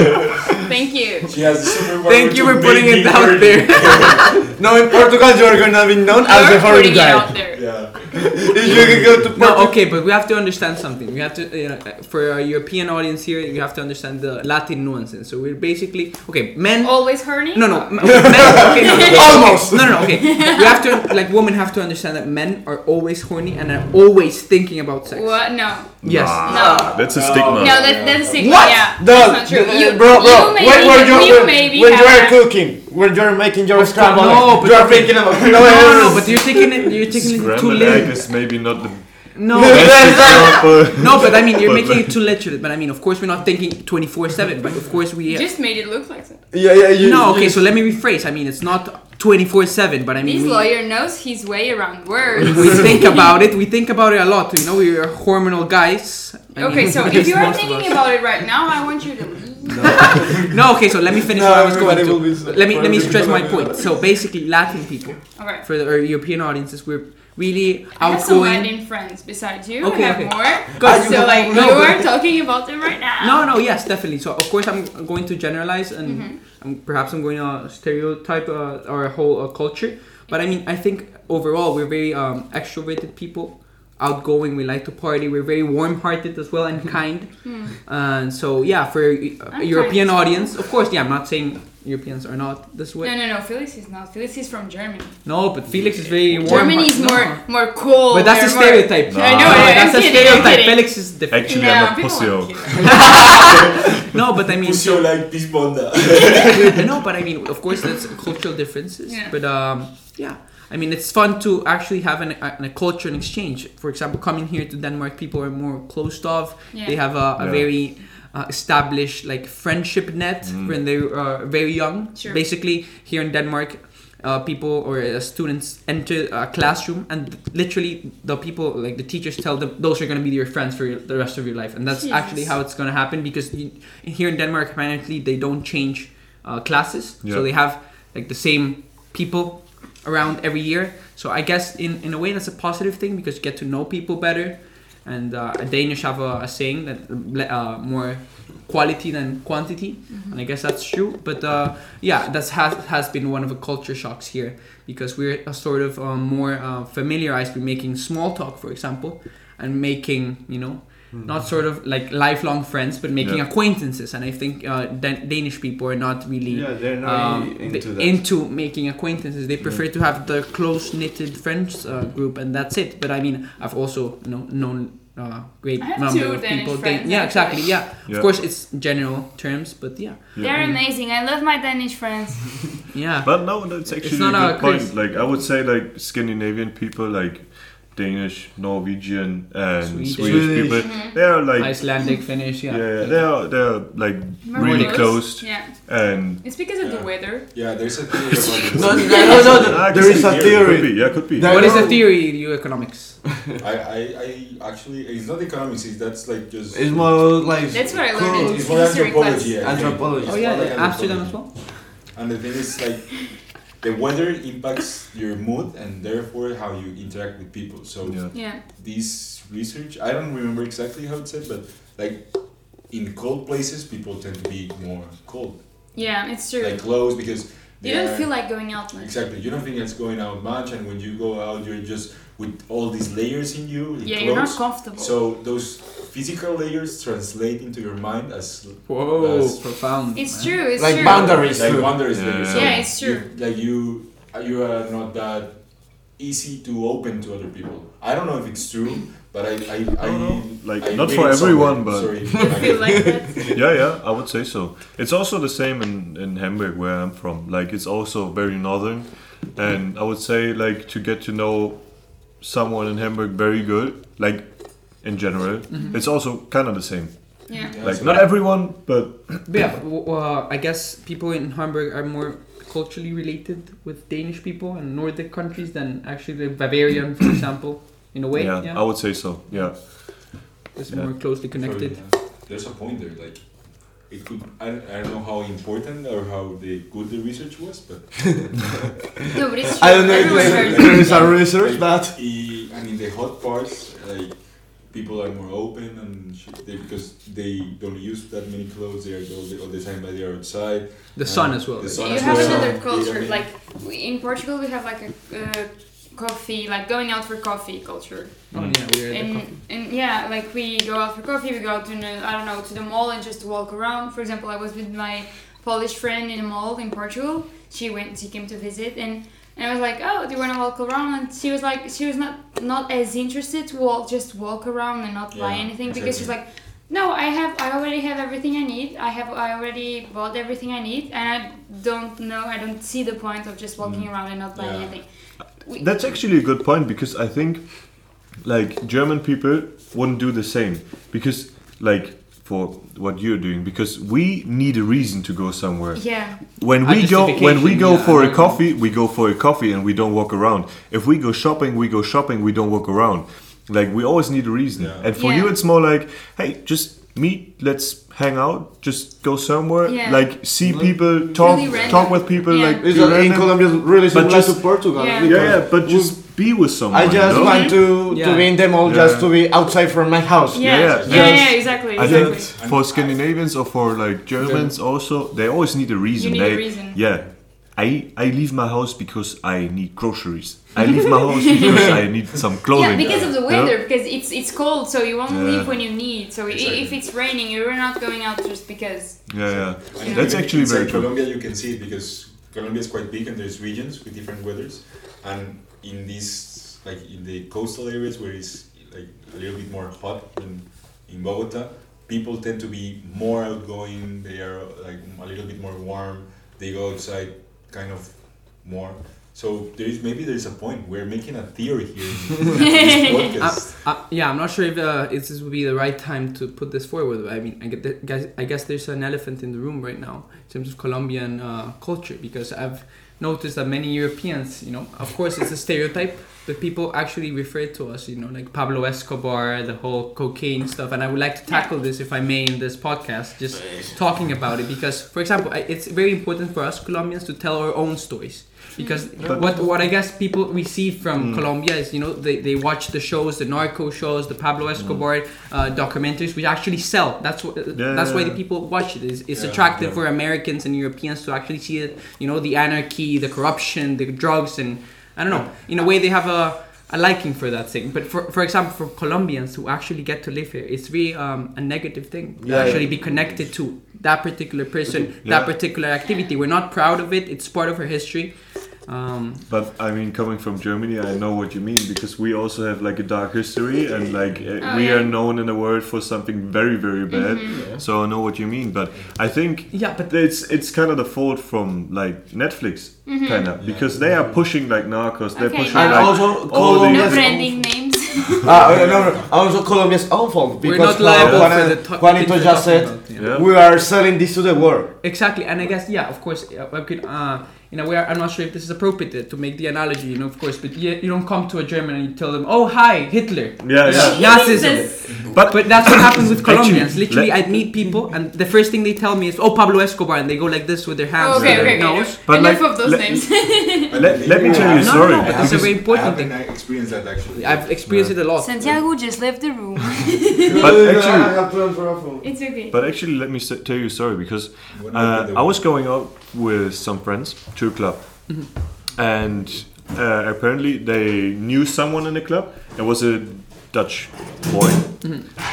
S1: Thank you.
S2: she has the superpower.
S6: Thank you
S2: to
S6: for putting
S2: make
S6: it
S2: me
S6: out
S2: horny.
S6: there.
S4: No, in Portugal you are gonna be known as the
S1: You're
S4: horror
S1: putting it
S4: guy.
S1: out there.
S2: Yeah.
S4: If you can go to Portugal,
S6: No, okay, but we have to understand something. We have to, you know, uh, for our European audience here, you have to understand the Latin nuances. So we're basically okay, men.
S1: Always horny?
S6: No, no, m- okay, men. Okay, no, okay, okay.
S4: Almost.
S6: No, no, no, okay. We have to, like, women have to understand that men are always horny and are always thinking about sex.
S1: What? No.
S6: Yes.
S1: No.
S5: That's a
S2: No.
S5: stigma.
S1: No, that, that's a secret.
S4: what?
S1: Yeah.
S4: No,
S1: that's not true.
S4: no,
S1: You,
S4: bro, bro.
S1: you maybe,
S4: when were you
S1: you
S4: when,
S1: maybe
S4: when you
S1: have
S4: were
S1: a-
S4: cooking? when you're making your
S6: Of course,
S4: scramble
S6: no, but
S4: you're
S6: you're-
S4: thinking about no,
S6: No, no, no, but you're taking it. You're taking it too
S5: Scrambled egg
S6: late.
S5: is maybe not the
S6: No,
S5: best example.
S6: no, but I mean, you're
S5: But-
S6: making it too literate. But I mean, of course, we're not thinking twenty four seven. But of course, we.
S1: You just made it look like that.
S4: yeah, yeah, you,
S6: no, okay.
S4: you-
S6: So let me rephrase. I mean, it's not twenty four seven. But I mean,
S1: This
S4: Mm-hmm.
S6: we-
S1: lawyer knows his way around words.
S6: we think about it. We think about it a lot. You know, we're hormonal guys. I mean,
S1: Okay, so
S6: it's
S1: if you are
S6: most of
S1: thinking
S6: us.
S1: about it right now, I want you to leave.
S6: no, okay. So let me finish
S4: No,
S6: what I was going
S4: everybody will be
S6: to.
S4: so-
S6: Let me let me
S4: everybody
S6: stress
S4: will
S6: my
S4: be
S6: point.
S4: like-
S6: So basically, Latin people
S1: Alright.
S6: for the or European audiences, we're really
S1: I have some
S6: outgoing.
S1: Latin friends besides you.
S6: Okay,
S1: I have
S6: okay.
S1: more.
S6: Good.
S1: So, like,
S6: No,
S1: you
S6: but-
S1: are talking about them right now.
S6: No, no, yes, definitely. So of course I'm going to generalize and
S1: Mm-hmm.
S6: I'm, perhaps I'm going to stereotype uh, our whole uh, culture. But I mean, I think overall we're very um, extroverted people, outgoing. We like to party. We're very warm-hearted as well and kind. And so yeah, for a- a,
S1: Hmm. kind
S6: European
S1: as well.
S6: audience, of course. Yeah, I'm not saying Europeans are not this
S1: No,
S6: way.
S1: no, no. Felix is not. Felix is from Germany.
S6: No, but Felix is very warm.
S1: Germany is more more cool.
S6: But that's a
S1: they're more-
S6: stereotype.
S1: I know.
S5: No,
S1: I'm
S6: that's a
S1: kidding, I'm
S6: stereotype.
S1: kidding.
S6: Felix is different.
S5: Actually,
S1: No,
S5: I'm a
S1: people aren't
S5: pussy.
S1: kidding.
S6: No, but I mean, so-
S2: Pussy like peace bonda.
S6: no, but I mean, of course, that's cultural differences.
S1: Yeah.
S6: But um, yeah, I mean, it's fun to actually have an, a, a culture and exchange. For example, coming here to Denmark, people are more closed off. They
S1: Yeah.
S6: have a, a
S5: Yeah.
S6: very uh, established like friendship net when they are very young.
S1: Sure.
S6: Basically, here in Denmark. Uh, people or uh, students enter a classroom and literally the people like the teachers tell them those are going to be your friends for your, the rest of your life and that's
S1: Jesus.
S6: actually how it's going to happen because you, here in denmark apparently they don't change uh, classes
S5: Yeah.
S6: so they have like the same people around every year so i guess in, in a way that's a positive thing because you get to know people better and uh, danish have a, a saying that uh, more quality than quantity and i guess that's true but uh, yeah that's has, has been one of the culture shocks here because we're a sort of um, more uh, familiarized with making small talk for example and making you know not sort of like lifelong friends but making
S5: Yeah.
S6: acquaintances and i think uh, Dan- danish people are not really
S4: yeah, they're not
S6: um,
S4: really into
S6: the-
S4: that.
S6: into making acquaintances. They prefer to have the close knitted friends uh, group, and that's it. But I mean, I've also you know, known uh, great
S1: I have
S6: number
S1: two
S6: of
S1: Danish
S6: people.
S1: friends,
S6: yeah, exactly.
S1: actually.
S6: Yeah.
S5: Yeah.
S6: of course, it's general terms, but yeah,
S1: They're amazing. I love my Danish friends.
S6: yeah.
S5: But no, that's actually
S6: not
S5: a
S6: a
S5: good point.
S6: quiz.
S5: Like I would say, like Scandinavian people, like Danish, Norwegian, and
S6: Swedish.
S5: Swedish,
S4: Swedish.
S5: people, they are like
S6: Icelandic, Finnish, yeah.
S5: yeah, they are they are like
S1: More
S5: really
S1: close.
S5: closed
S1: Yeah,
S5: and.
S1: it's because of the
S2: Yeah.
S1: weather.
S2: yeah, there's a theory about
S4: no,
S2: this.
S4: no, no, no,
S5: Ah, I
S4: there
S5: could
S4: is
S5: say
S4: a
S5: Could
S4: theory.
S5: be, yeah, could be.
S4: There-
S6: What is
S4: I
S6: the
S4: know.
S6: theory in EU economics?
S2: I, I, I actually, it's not economics. It's that's like just.
S4: It's more like
S1: That's what I learned
S4: cool.
S1: in
S2: It's more
S1: history class.
S2: anthropology. I think.
S4: Anthropology.
S6: Oh
S2: It's
S6: yeah,
S2: more like
S6: Amsterdam
S2: anthropology.
S6: as well.
S2: And the thing is, like, the weather impacts your mood and therefore how you interact with people. So
S5: Yeah.
S1: Yeah,
S2: this research, I don't remember exactly how it said, but like in cold places, people tend to be more cold,
S1: yeah, it's true.
S2: like closed because they
S1: you don't
S2: are-
S1: feel like going out much.
S2: exactly. You don't think it's going out much, and when you go out, you're just with all these layers in you. in
S1: Yeah, you're not
S2: clothes.
S1: comfortable.
S2: So those physical layers translate into your mind as
S6: Whoa,
S2: That's-
S6: profound.
S1: it's
S6: man.
S1: true. It's
S4: like
S1: true.
S4: boundaries.
S2: like
S4: too.
S2: wonders
S5: Yeah.
S2: layers.
S1: Yeah, it's true.
S2: You, like you, you are not that easy to open to other people. I don't know if it's true, but I, I, I,
S5: no. Like,
S2: I
S5: not
S2: read
S5: for
S2: it somewhere.
S5: everyone, but-
S2: Sorry.
S1: I feel like that.
S5: yeah, yeah, I would say so. It's also the same in, in Hamburg, where I'm from. Like, it's also very northern. And I would say, like, to get to know someone in Hamburg very good, like, in general, it's also kind of the same.
S1: Yeah.
S2: Yeah,
S5: Like,
S2: so-
S5: not everyone, but
S6: But yeah, w- w- uh, I guess people in Hamburg are more culturally related with Danish people and Nordic countries than actually the Bavarian, for example, in a way.
S5: yeah,
S6: Yeah,
S5: I would say so. Yeah.
S6: it's
S5: yeah.
S6: more closely connected.
S2: Sorry, yeah. There's a point there, like it could. I, I don't know how important or how the, good the research was, but
S1: No, but it's true.
S4: I don't know if
S1: Everywhere
S2: like-
S1: is
S4: there-
S1: different.
S4: there is a research, but
S2: I, I mean the hot parts, like people are more open and shit, they, because they don't use that many clothes. They are all the, all the time by the outside.
S6: The sun as well.
S2: The
S6: right?
S2: sun
S1: you
S2: as
S1: have
S2: well.
S1: another
S2: Yeah,
S1: culture
S2: yeah.
S1: like we, in portugal we have like a uh, coffee like going out for coffee culture
S6: Oh, yeah, we are the
S1: and,
S6: coffee.
S1: and yeah like we go out for coffee we go out to the, i don't know to the mall and just walk around for example i was with my polish friend in a mall in portugal she went she came to visit and and I was like, "Oh, do you want to walk around?" And she was like, she was not not as interested to walk, just walk around and not buy
S2: Yeah,
S1: anything because she's like, No, I have. I already have everything I need. I have. I already bought everything I need, and I don't know. I don't see the point of just walking around and not buying
S2: Yeah.
S1: anything. We-
S5: That's actually a good point because I think like German people wouldn't do the same because like for what you're doing because we need a reason to go somewhere.
S1: Yeah.
S5: When
S6: A
S5: we go when we
S6: justification,
S5: go
S6: yeah,
S5: for a
S6: right.
S5: coffee, we go for a coffee and we don't walk around. If we go shopping, we go shopping, we don't walk around. Like we always need a reason.
S2: Yeah.
S5: And for
S1: Yeah.
S5: you it's more like, hey, just meet, let's hang out, just go somewhere,
S1: Yeah.
S5: like see
S3: Like,
S5: people, talk
S1: random.
S5: talk with people
S1: Yeah.
S5: like
S3: It's
S5: be
S3: like in
S5: random.
S3: Colombia, it's really similar
S5: just-
S3: to Portugal.
S1: Yeah.
S3: because
S5: Yeah, yeah, but
S3: we-
S5: just be with someone.
S4: I just
S5: no?
S4: want to,
S6: Yeah.
S4: to be in the mall,
S5: Yeah.
S4: just to be outside from my house.
S1: Yeah. Yeah. Yeah.
S5: yeah, yes.
S1: yeah, exactly.
S5: I
S1: exactly.
S5: think for Scandinavians or for like Germans also, they always need a reason.
S1: need a
S5: they,
S1: reason.
S5: Yeah. I, I leave my house because I need groceries. I leave my house because I need some
S1: yeah,
S5: clothing.
S1: because of the
S5: Yeah.
S1: weather, because it's it's cold, so you only
S5: Yeah.
S1: leave when you need. So i
S2: Exactly.
S1: if it's raining, you're not going out just because.
S5: Yeah, yeah.
S2: And
S5: That's
S2: even
S5: actually
S2: inside
S5: very true.
S2: Colombia, you can see it because Colombia is quite big and there's regions with different weathers, and in these like in the coastal areas where it's like a little bit more hot in in Bogota, people tend to be more outgoing. They are like a little bit more warm. They go outside kind of more. So there is maybe there is a point. We're making a theory here. in this podcast.
S6: Uh, yeah, I'm not sure if uh, if this would be the right time to put this forward. but I mean, I, get the, guys, I guess there's an elephant in the room right now in terms of Colombian uh, culture because I've noticed that many Europeans, you know, of course it's a stereotype, but people actually refer to us, you know, like Pablo Escobar, the whole cocaine stuff. And I would like to tackle this, if I may, in this podcast, just talking about it because, for example, I- it's very important for us Colombians to tell our own stories because
S5: But- Mm.
S6: what what I guess people receive from Colombia is you know they, they watch the shows, the narco shows, the Pablo Escobar uh, documentaries, which actually sell. That's what
S5: Mm.
S6: uh,
S5: Yeah,
S6: that's why
S5: yeah,
S6: the people watch it. It's, it's
S2: Yeah,
S6: attractive
S2: yeah.
S6: for Americans and Europeans to actually see it. You know the anarchy, the corruption, the drugs, and I don't know. In a way, they have a a liking for that thing, but for, for example, for Colombians who actually get to live here, it's really um, a negative thing to
S4: Yeah, yeah.
S6: actually be connected to that particular person,
S5: Yeah.
S6: that particular activity. We're not proud of it; it's part of our history. Um,
S5: But I mean, coming from Germany, I know what you mean because we also have like a dark history and like uh,
S1: Oh,
S5: we
S1: yeah. Mm-hmm.
S5: are known in the world for something very, very bad. So I know what you mean. But I think
S6: Yeah, but
S5: it's it's kind of the fault from like Netflix, kind of, because they are pushing like Narcos. They're
S1: Mm-hmm. Okay,
S5: pushing
S1: now-
S4: And
S5: like
S4: also,
S5: all
S1: No
S5: the-
S4: Colombia.
S5: Oh, Yes.
S1: branding names.
S4: Ah, no, no, no. Also, Colombia's own fault
S6: we're
S4: because
S6: not liable
S4: Juan-
S6: for the top
S4: Juanito just said
S5: Yeah.
S4: we are selling this to the world.
S6: Exactly, and I guess yeah, of course, uh, I could, uh, in a way, I'm not sure if this is appropriate to- to make the analogy, you know, of course, but you, you don't come to a German and you tell them, oh hi, Hitler,
S5: Yeah, yeah.
S6: Nazism.
S1: Jesus.
S6: But but that's what happens with
S5: Actually,
S6: Colombians.
S5: let-
S6: Literally, I'd meet people, and the first thing they tell me is, oh Pablo Escobar, and they go like this with their hands,
S1: Oh, okay,
S6: and
S1: okay,
S6: their
S1: okay.
S6: nose.
S5: But
S1: Enough
S5: like-
S1: of those
S5: let-
S1: names.
S2: But
S5: Let- let me
S2: maybe
S5: tell
S2: I
S5: you a
S2: haven't-
S5: story.
S6: No,
S2: I
S6: no, but it's a
S2: haven't-
S6: very important
S2: I
S6: thing.
S2: haven't experienced that actually.
S6: I've experienced it a
S5: Oh.
S6: lot.
S1: Santiago just left the room.
S5: But actually-
S3: have to answer a phone.
S1: it's okay.
S5: But actually, let me s- tell you a story because
S2: When I
S5: uh,
S2: did the
S5: I was going out with some friends to a club, and uh, apparently they knew someone in the club. It was a Dutch boy,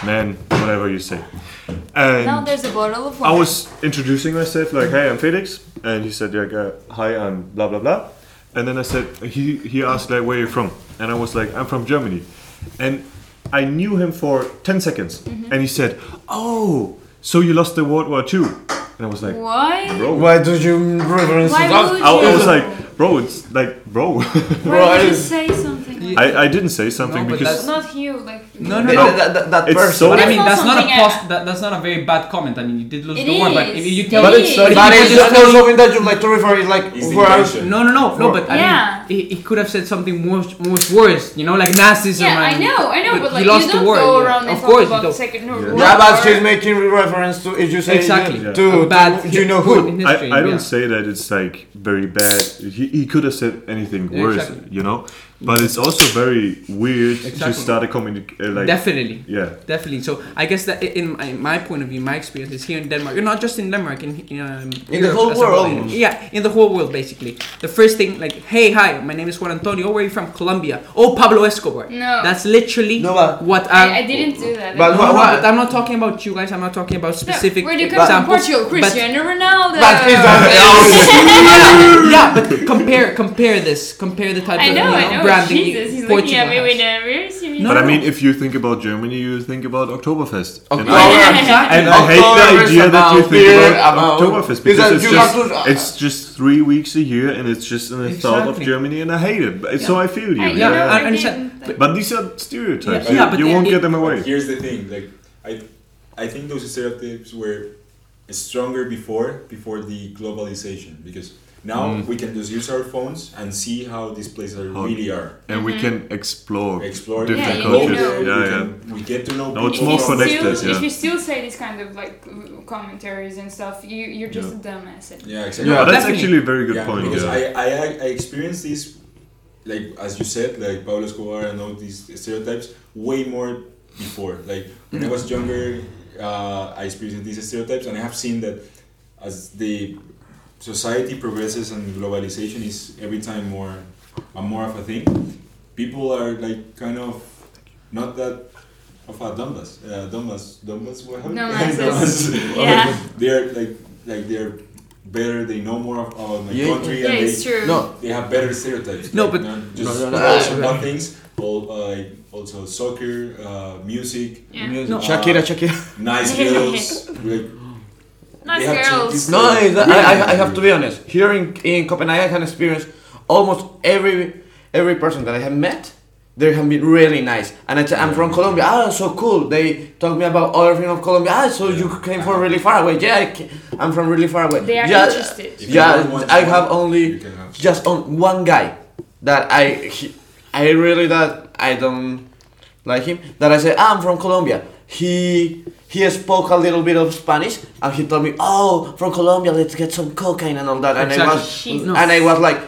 S5: man, whatever you say. And
S1: now there's a bottle of wine.
S5: I was introducing myself
S6: Mm.
S5: like, "Hey, I'm Felix," and he said, "Like, uh, hi, I'm blah blah blah," and then I said, "He he asked like, where are you from?" and I was like, "I'm from Germany," and I knew him for ten seconds,
S6: Mm-hmm.
S5: and he said, "Oh, so you lost the World War II?" and I was like,
S1: Why?
S5: "Bro."
S4: Why do you reference
S1: Why
S4: that?
S1: would
S5: I, I was
S1: you?
S5: like, bro, it's like, bro.
S1: Why would you
S4: Right.
S1: say something? Like
S5: I, I didn't say something
S6: No, but
S5: because
S6: that's-
S1: Not you, like.
S6: No, no,
S4: That,
S6: no.
S4: that, that, that
S5: It's
S4: person.
S5: so-
S6: But I
S1: That's
S6: mean,
S1: not
S6: that's not a
S1: something I-
S6: post. That, that's not a very bad comment. I mean, you did lose
S1: It
S6: the war, but if
S1: is.
S6: you tell
S1: But
S6: me,
S1: it's-
S6: if
S4: But it's
S6: you just
S4: just
S6: tell-
S4: not something that you like to refer. It's like
S2: It's
S4: where are
S2: intention.
S6: no, no, no, no. But I
S1: Yeah.
S6: mean, he, he could have said something much, much worse. You know, like Nazism.
S1: Yeah, I
S6: and-
S1: know, I know, but,
S6: but
S1: like
S6: you lost the
S1: don't
S6: war,
S1: go
S6: yeah.
S1: around and
S6: Of
S1: talk
S6: course you
S1: about the
S6: don't.
S1: second
S5: Yeah.
S1: world.
S4: Yeah, but she's
S1: War.
S4: making reference to if you say
S6: Exactly.
S5: Yeah.
S4: to,
S6: A bad
S4: to you know
S6: hit-
S4: who.
S6: in
S5: I,
S6: history,
S5: I don't
S6: yeah.
S5: say that it's like very bad. He, he could have said anything
S6: Yeah,
S5: worse,
S6: exactly.
S5: you know. But it's also very weird
S6: Exactly.
S5: to start a communic uh, like
S6: Definitely.
S5: yeah.
S6: Definitely. So I guess that i- in my, in my point of view, my experience is here in Denmark. You're not just in Denmark, in in, um,
S4: the
S6: Europe
S4: whole
S6: as a
S4: world.
S6: in- Yeah, in the whole world basically. The first thing, like, hey, hi, my name is Juan Antonio. Where are you from? Colombia. Oh, Pablo Escobar.
S1: No.
S6: That's literally
S4: No, but-
S6: what
S1: I,
S6: I'm.
S1: I didn't do that.
S4: But
S6: no,
S4: what-
S6: no,
S4: what-
S6: but I'm not talking about you guys. I'm not talking about specific
S1: no, where do you come from?
S6: examples.
S1: Portugal,
S6: but-
S1: Cristiano Ronaldo.
S4: But he's not-
S6: yeah, yeah, but compare compare this. Compare the type
S1: I
S6: of
S1: know,
S6: you
S1: I know.
S6: branding
S1: Jesus, he's
S6: Portugal
S1: looking at me
S6: has.
S1: with a very serious you
S5: but I
S6: no.
S5: mean, if you think about Germany, you think about Oktoberfest. And
S4: Oktober-
S5: I, and I hate the
S4: Oktoberfest
S5: idea that you
S4: about
S5: think
S4: beer,
S5: about
S4: about-
S5: Oktoberfest
S4: Because
S5: because it's
S4: you
S5: just,
S6: uh,
S4: have to-
S5: it's just three weeks a year and it's just in the south of
S6: Exactly.
S5: Germany and I hate it. But So I feel you.
S1: I,
S5: yeah.
S1: you know, I
S6: I understand.
S1: mean,
S5: But these are stereotypes.
S6: Yeah,
S5: you
S6: yeah, but
S5: you won't
S6: it-
S5: get them away.
S2: But here's the thing, like I, I think those stereotypes were stronger before before the globalization because now we can just use our phones and see how these places are,
S5: Mm. How-
S2: really are.
S5: and we can explore,
S2: Explore
S5: different
S1: Yeah, you
S5: cultures.
S1: know.
S2: We,
S5: Yeah, yeah.
S2: can- we get to know.
S5: No, it's
S1: if
S2: people
S5: more
S1: you
S2: from-
S5: connected,
S1: Still,
S5: yeah.
S1: If you still say these kind of like commentaries and stuff, you you're just a dumbass. at-
S2: Yeah, exactly.
S4: Yeah,
S5: But that's
S6: Definitely.
S5: actually a very good
S2: yeah,
S5: point.
S2: Because
S5: yeah.
S2: I, I, I experienced this, like as you said, like Pablo Escobar and all these stereotypes way more before. Like when I was younger, uh, I experienced these stereotypes, and I have seen that as the society progresses and globalization is every time more and more of a thing, people are like kind of not that. Of a dumbass, uh, dumbass, dumbass, what happened?
S1: Dumbasses.
S2: Dumbasses.
S1: Yeah.
S2: They're like, like they're better. They know more about my
S4: Yeah,
S2: country,
S1: Yeah,
S2: and they,
S1: it's true.
S4: No,
S2: they have better stereotypes.
S6: No,
S2: like,
S6: but-
S2: not just
S4: No, no, no,
S2: also
S4: no.
S2: bad things. All, uh, also soccer, uh, music,
S1: Yeah.
S4: Music.
S6: No.
S4: Shakira, Shakira.
S2: nice girls. like,
S1: Nice
S2: they have
S1: girls.
S2: changes.
S4: No, I, I, I have to be honest. Here in, in Copenhagen, I can experience almost every every person that I have met. They have been really nice, and I t- I'm from Colombia. Ah, so cool. They talk me about other thing of Colombia. Ah, so you came from really far away. Yeah, I ca- I'm from really far away.
S1: They are
S4: yeah,
S1: interested.
S2: If you don't
S4: Yeah,
S2: want
S4: I
S2: to-
S4: have only
S2: you can have-
S4: just on one guy that I he, I really that I don't like him that I said I'm from Colombia. He he spoke a little bit of Spanish and he told me, "Oh, from Colombia, let's get some cocaine and all that." And I
S6: Exactly.
S4: was
S1: She's-
S4: and I was like,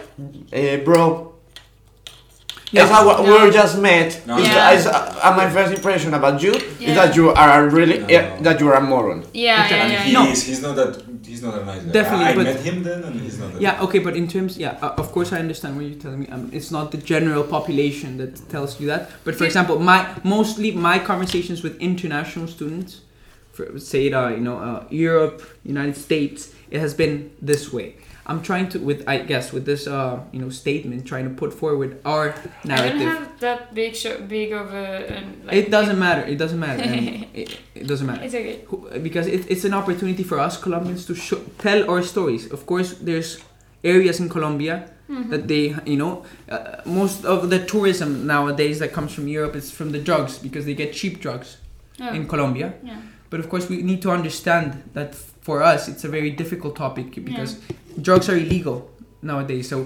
S4: eh, "Bro,
S6: Yeah.
S4: it's our, we were just met.
S2: No.
S4: It's-
S1: Yeah.
S4: it's, uh, and my first impression about you
S1: Yeah.
S4: is that you are a really
S2: No.
S4: eh, that you are a moron."
S1: Yeah, yeah,
S2: And
S1: yeah.
S2: he
S6: No.
S2: is, he's not that. He's not a nice guy.
S6: Definitely,
S2: I, I
S6: but-
S2: met him then, and he's not. That
S6: Yeah, okay, but in terms, yeah, uh, of course I understand what you're telling me. Um, it's not the general population that tells you that. But for
S1: Yeah.
S6: example, my mostly my conversations with international students, for, say it, uh, you know, uh, Europe, United States, it has been this way. I'm trying to, with I guess, with this, uh, you know, statement, trying to put forward our
S1: I don't
S6: narrative.
S1: have that big show, big of a. An, like,
S6: it doesn't matter. It doesn't matter. I mean, it, it doesn't matter
S1: It's okay.
S6: who- because it, it's an opportunity for us Colombians to show, tell our stories. Of course, there's areas in Colombia
S1: Mm-hmm.
S6: that they, you know, uh, most of the tourism nowadays that comes from Europe is from the drugs because they get cheap drugs
S1: Oh,
S6: in Colombia.
S1: yeah.
S6: But of course, we need to understand that for us, it's a very difficult topic because drugs are illegal nowadays. So,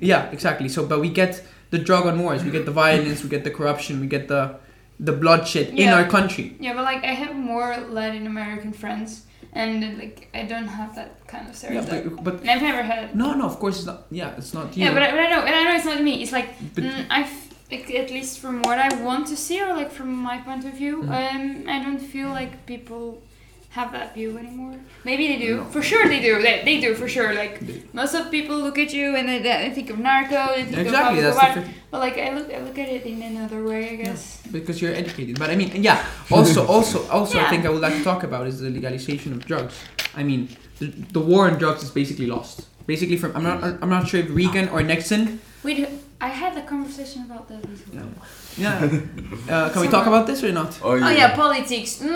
S6: yeah, exactly. So, but we get the drug on wars, we get the violence, we get the corruption, we get the the bloodshed in
S1: Yeah.
S6: our country.
S1: Yeah, but like I have more Latin American friends, and like I don't have that kind of
S6: Yeah,
S1: stereotype.
S6: but- but
S1: and I've never had.
S6: No, no, of course it's not. Yeah, it's not you.
S1: Yeah, but I, but I know, and I know it's not me. It's like
S6: But-
S1: mm, I, f- like, at least from what I want to see, or like from my point of view,
S6: Mm.
S1: um, I don't feel like people have that view anymore. Maybe they do. For sure, they do. They, they do for sure. Like most of people look at you and they, they think of narco. They think
S6: exactly,
S1: Of
S6: that's
S1: Pablo Escobar.
S6: the thing,
S1: but like I look, I look at it in another way, I guess.
S6: because you're educated. But I mean, yeah. Also, also, also,
S1: Yeah.
S6: I think I would like to talk about is the legalization of drugs. I mean, the, the war on drugs is basically lost. Basically, from I'm not I'm not sure if Reagan or Nixon.
S1: Wait, Wait, I had a conversation about that. with you.
S6: No. Yeah. Uh, can we talk about this or not?
S1: Oh yeah, politics. Mm.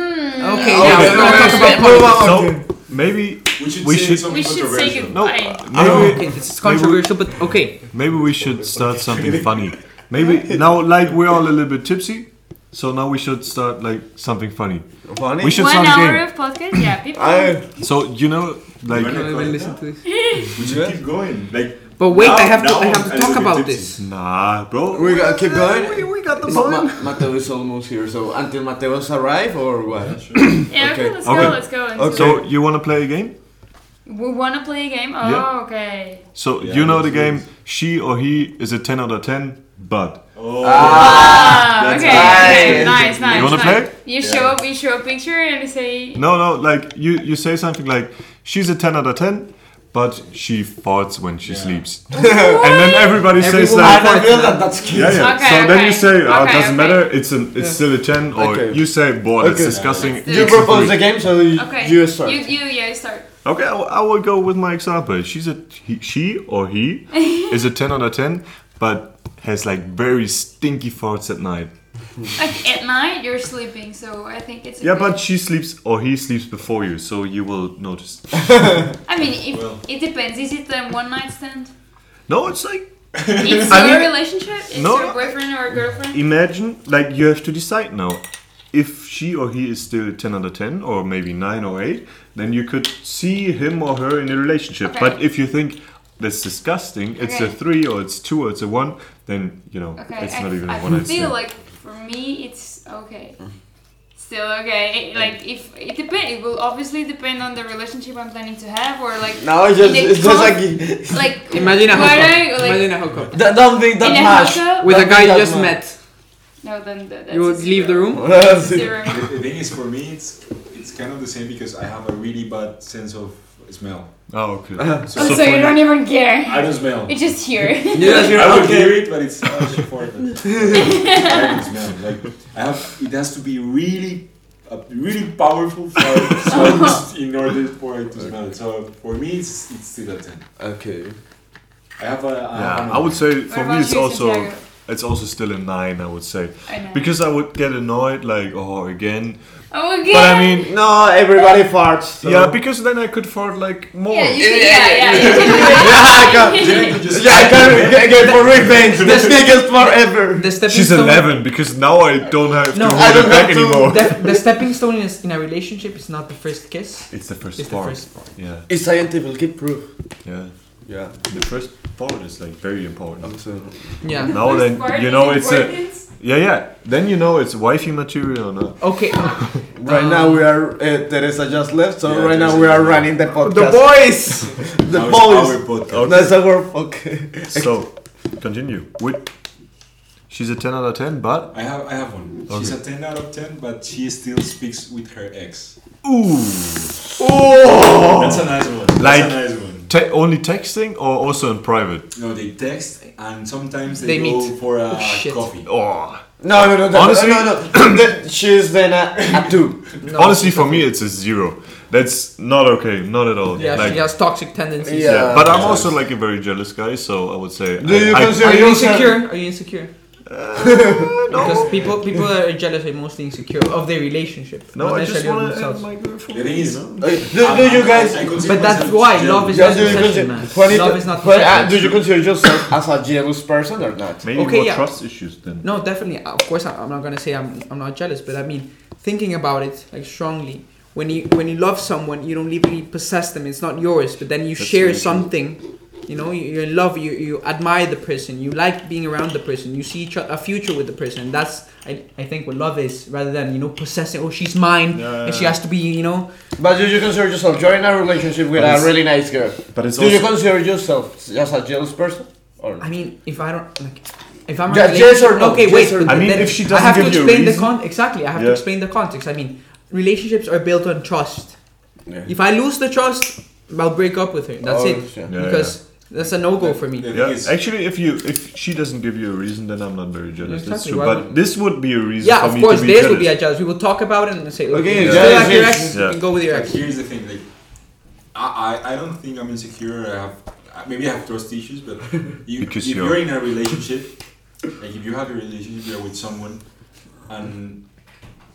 S6: Okay,
S4: Oh,
S6: yeah,
S4: yeah,
S6: we're gonna
S4: yeah,
S6: talk
S4: yeah,
S6: about
S4: yeah.
S6: politics.
S5: So maybe
S2: We should
S5: We
S2: say
S5: should-
S2: something
S1: We should say
S2: controversial.
S1: goodbye.
S5: no,
S6: Oh, okay,
S5: maybe
S6: it's controversial, but okay.
S5: maybe we should start something funny. Maybe now, like we're all a little bit tipsy, so now we should start like something funny.
S4: Funny.
S5: We should
S1: One
S5: start a
S1: hour
S5: game.
S1: of podcast. Yeah, people.
S4: I,
S5: So you know, like
S2: We're
S6: I don't
S2: not
S6: even
S2: going
S6: listen
S2: now.
S6: to this.
S2: We should keep going. Like
S6: But Oh, wait,
S2: Now-
S6: I have to
S2: now
S6: I have
S2: I'm
S6: to
S2: a
S6: talk
S2: little bit
S6: about
S2: tipsy.
S6: this.
S5: nah, bro.
S4: we gotta keep going.
S6: We, we got the
S4: Is
S6: poem.
S4: Ma- Mateo is almost here, so until Mateo's arrive or what?
S1: yeah, okay,
S4: okay,
S1: let's go.
S5: okay.
S1: Let's go. and see.
S5: So you want to play a game?
S1: We wanna play a game. Oh,
S5: Yeah.
S1: okay.
S5: So
S2: Yeah,
S5: you know
S2: let's
S5: the
S2: do
S5: game. She or he is a ten out of ten, but
S2: oh,
S1: Ah,
S2: that's
S1: okay. okay,
S4: nice.
S1: Nice, nice.
S5: You wanna
S1: nice.
S5: play?
S1: You
S2: Yeah.
S1: show up. You show a picture and you say.
S5: no, no. Like you, you say something like, "She's a ten out of ten, but she farts when she
S2: Yeah.
S5: sleeps," and then everybody says
S6: Everyone-
S5: that.
S4: And I feel that that's cute.
S5: Yeah, yeah.
S1: Okay,
S5: so then
S1: okay.
S5: you say, oh,
S1: Okay,
S5: it doesn't
S1: okay.
S5: matter, it's an, it's still a 10, or
S4: Okay.
S5: you say, boy, that's
S4: Okay.
S5: disgusting.
S1: Let's do
S4: You
S5: it's
S4: propose
S5: a
S4: the game, so y-
S1: Okay.
S4: you start.
S1: You, you yeah, you start.
S5: three." Okay, I will- I will go with my example. She's a, he, she or he is a 10 out of 10, but has like very stinky farts at night.
S1: Like at night, you're sleeping, so I think it's. a
S5: Yeah,
S1: good-
S5: but she sleeps or he sleeps before you, so you will notice.
S1: I mean, if,
S2: Well.
S1: it depends. Is it a one night stand?
S5: No, it's like
S1: It's
S5: I
S1: your
S5: mean-
S1: relationship. It's
S5: No,
S1: your boyfriend or girlfriend.
S5: imagine like you have to decide now. If she or he is still 10 out of 10 or maybe 9 or 8, then you could see him or her in a relationship.
S1: Okay.
S5: But if you think that's disgusting, it's a
S1: Okay.
S5: 3 or it's 2 or it's a 1, then you know,
S1: Okay,
S5: it's
S1: I,
S5: not even
S1: I
S5: Mm-hmm. a 1 night
S1: feel
S5: stand.
S1: like for me it's okay. Still okay. Like if it depends, it will obviously depend on the relationship I'm planning to have, or like
S4: No, it's
S1: in
S4: just,
S1: the
S4: it's just
S1: con-
S4: like. d-
S1: like
S6: Imagine a
S1: where
S6: hookup.
S1: I, like,
S6: Imagine a hookup
S4: Don't think
S1: in
S4: that
S1: a
S4: much.
S1: hookup-
S6: with
S4: Don't
S6: a guy
S4: think
S6: you
S4: that
S6: just
S4: much.
S6: met.
S1: No, then that, that's
S6: You would
S1: a
S6: leave the
S1: zero.
S6: room.
S1: Zero.
S2: The, the thing is, for me, it's it's kind of the same because I have a really bad sense of smell.
S5: Oh, okay.
S2: So,
S1: Oh, so
S5: for-
S1: you don't even care.
S2: I don't smell.
S1: It's just here.
S4: You just hear,
S2: I would
S4: okay.
S2: hear it, but it's not important. I don't smell. Like I have, it has to be really, a really powerful fart sound in order for it to smell it. So for me, it's it's still a ten.
S4: Okay.
S2: I have a. I have
S5: Yeah,
S2: an-
S5: I would say
S1: What
S5: for me
S1: about
S5: it's
S1: you,
S5: also
S1: Santiago?
S5: it's also still a nine. I would say
S1: I know.
S5: because I would get annoyed like oh again.
S1: oh,
S5: But I
S1: again.
S5: mean
S4: No, everybody farts. So.
S5: yeah, because then I could fart like more.
S1: Yeah, you
S4: Yeah,
S1: can, yeah,
S4: yeah,
S1: yeah.
S4: yeah.
S1: you can do it.
S4: Yeah, I can-
S2: Jenny could just-
S4: Yeah, I can get, get for revenge. The biggest forever.
S6: The stepping
S5: She's
S6: stone.
S5: eleven because now I don't have
S6: No,
S5: to
S6: I
S5: hold
S4: don't
S5: it back
S4: have to-
S5: anymore.
S6: The, the stepping stone is in a relationship is not the first kiss.
S5: It's the first
S6: It's the
S5: fart.
S6: first part.
S5: Yeah,
S4: It's scientifically proof.
S5: yeah.
S4: Yeah.
S5: The first fart is like very important. Now
S6: Yeah.
S1: First
S5: Oh, then
S1: part
S5: you
S1: is
S5: know it's a
S1: important.
S5: yeah yeah. Then you know it's wifey material or not.
S6: Okay.
S4: Right
S6: Um,
S4: now we are. Uh, Teresa just left, so
S2: Yeah,
S4: right now
S2: Teresa
S4: we
S2: just
S4: are
S2: left.
S4: running the podcast.
S6: boys.
S4: the
S2: Our-
S4: boys.
S2: our podcast.
S4: That's our okay.
S5: So continue with. She's a ten out of ten, but
S2: I have I have one. She's a ten out of ten, but she still speaks with her ex.
S4: Oh.
S2: That's a nice one. That's
S5: Like-
S2: a nice one.
S5: te- only texting or also in private.
S2: No, they text and sometimes they,
S6: They
S2: go
S6: meet.
S2: for a
S6: Oh, shit.
S2: coffee.
S5: Oh.
S4: No, no, no. no
S5: Honestly-
S4: no, no. no. That- she's then a, a two.
S6: No,
S5: Honestly,
S6: she's
S5: for
S6: a-
S5: me, it's a zero. That's not okay. Not at all.
S6: Yeah,
S5: Like-
S6: she has uh, toxic tendencies.
S4: Yeah.
S5: yeah, But I'm
S2: Yeah.
S5: also like a very jealous guy, so I would say.
S4: Do
S5: I,
S4: you
S5: I-
S4: consider-
S6: Are you
S4: yourself-
S6: insecure? Are you insecure?
S5: Uh,
S6: Because people people that are jealous are mostly insecure of their relationship.
S5: no,
S6: not
S5: I just
S6: necessarily of
S5: want to
S6: themselves.
S5: my girlfriend.
S2: The thing is,
S5: you know?
S4: Uh, Do, do you guys?
S2: I consider
S6: But that's
S2: myself
S6: why
S2: jealous.
S6: love is
S4: Yeah,
S6: not
S4: do you
S6: obsession,
S4: consider-
S6: man.
S4: Juanito,
S6: Love is not
S4: but, uh,
S6: obsession.
S4: do you consider yourself as a jealous person or not?
S5: Maybe
S6: Okay,
S5: more
S6: yeah.
S5: trust issues then.
S6: No, definitely. Of course, I- I'm not gonna say I'm I'm not jealous, but I mean thinking about it like strongly. When you when you love someone, you don't really possess them. It's not yours, but then you
S5: That's
S6: share
S5: very true.
S6: something. You know, you- you're in love. You you admire the person. You like being around the person. You see each o- a future with the person. That's I, I think what love is, rather than you know possessing. Oh, she's mine,
S5: Yeah,
S6: and she
S5: yeah,
S6: has to be. You know,
S4: But do you consider yourself? You're in a relationship with
S5: But
S4: a
S5: it's-
S4: really nice girl.
S5: But it's
S4: Do you
S5: also.
S4: consider yourself as a jealous person or?
S6: I mean, if I don't like, if I'm in a
S4: Yeah, yes or no,
S6: Okay,
S4: yes
S6: wait.
S4: or
S6: but
S5: no. I mean,
S6: then
S5: if she
S6: I
S5: doesn't
S6: have
S5: give
S6: to
S5: you a
S6: explain the
S5: reason-
S6: con. Exactly, I have to
S5: Yeah.
S6: explain the context. I mean, relationships are built on trust. If I lose the trust, I'll break up with her. That's
S4: Oh,
S6: it.
S4: yeah.
S5: Yeah,
S6: because that's a no go
S2: The
S6: for me.
S2: thing
S5: Yeah,
S2: is,
S5: actually, if you if she doesn't give you a reason, then I'm not very jealous. That's
S6: Exactly,
S5: true.
S6: why
S5: But
S6: would-
S5: this would be a reason
S6: Yeah,
S5: for
S6: of
S5: me
S6: course,
S5: to be jealous.
S6: theirs will be a judge. We will talk about it and say, look,
S4: Okay,
S6: you
S4: yeah,
S6: still like your
S4: yeah,
S6: ex,
S5: yeah.
S6: you can go with your
S2: Like,
S6: ex.
S2: here's the thing, like I, I, I don't think I'm insecure. I have I- maybe I have trust issues, but you,
S5: Because
S2: if
S5: you're-
S2: you're... in a relationship, like if you have a relationship you're with someone, and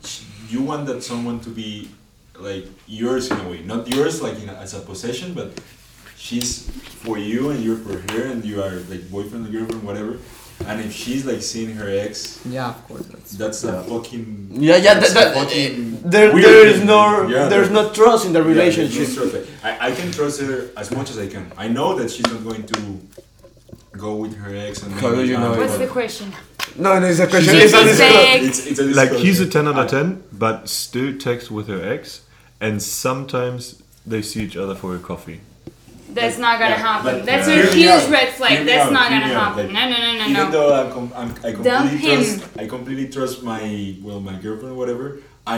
S2: sh- you want that someone to be like yours in a way, not yours like in a, as a possession, but she's for you and you're for her, and you are like boyfriend, girlfriend, whatever. And if she's like seeing her ex,
S6: Yeah, of course. That's,
S2: that's a fucking
S4: Yeah, yeah.
S2: that's
S4: That,
S2: a
S4: that,
S2: fucking
S4: there,
S2: weird
S4: there is
S2: thing.
S4: no,
S2: Yeah,
S4: there's no trust in the
S2: yeah, there's no
S4: relationship.
S2: trust. Like, I, I can trust her as much as I can. I know that she's not going to go with her ex and
S4: How
S2: maybe
S4: do you
S2: not,
S4: know it?
S1: What's
S2: but
S1: the question?
S4: No, no, it's a
S5: question.
S4: question.
S5: She's
S4: It's
S5: It's a
S4: a
S5: just
S1: discussion. saying-
S2: It's, it's a
S5: like he's a
S2: discussion.
S5: 10 out of
S2: I-
S5: 10 but still texts with her ex and sometimes they see each other for a coffee
S1: That's not gonna
S2: Yeah,
S1: happen.
S2: but-
S1: That's
S5: Hear
S1: a
S2: me
S1: huge
S2: out.
S1: red flag.
S2: Hear me
S1: That's
S2: out,
S1: not
S2: hear
S1: gonna
S2: me out.
S1: happen.
S2: Like,
S1: No, no, no, no,
S2: Even
S1: no.
S2: though I'm, com- I'm, I
S1: Dump
S2: completely
S1: him.
S2: trust, I completely trust my well, my girlfriend, whatever.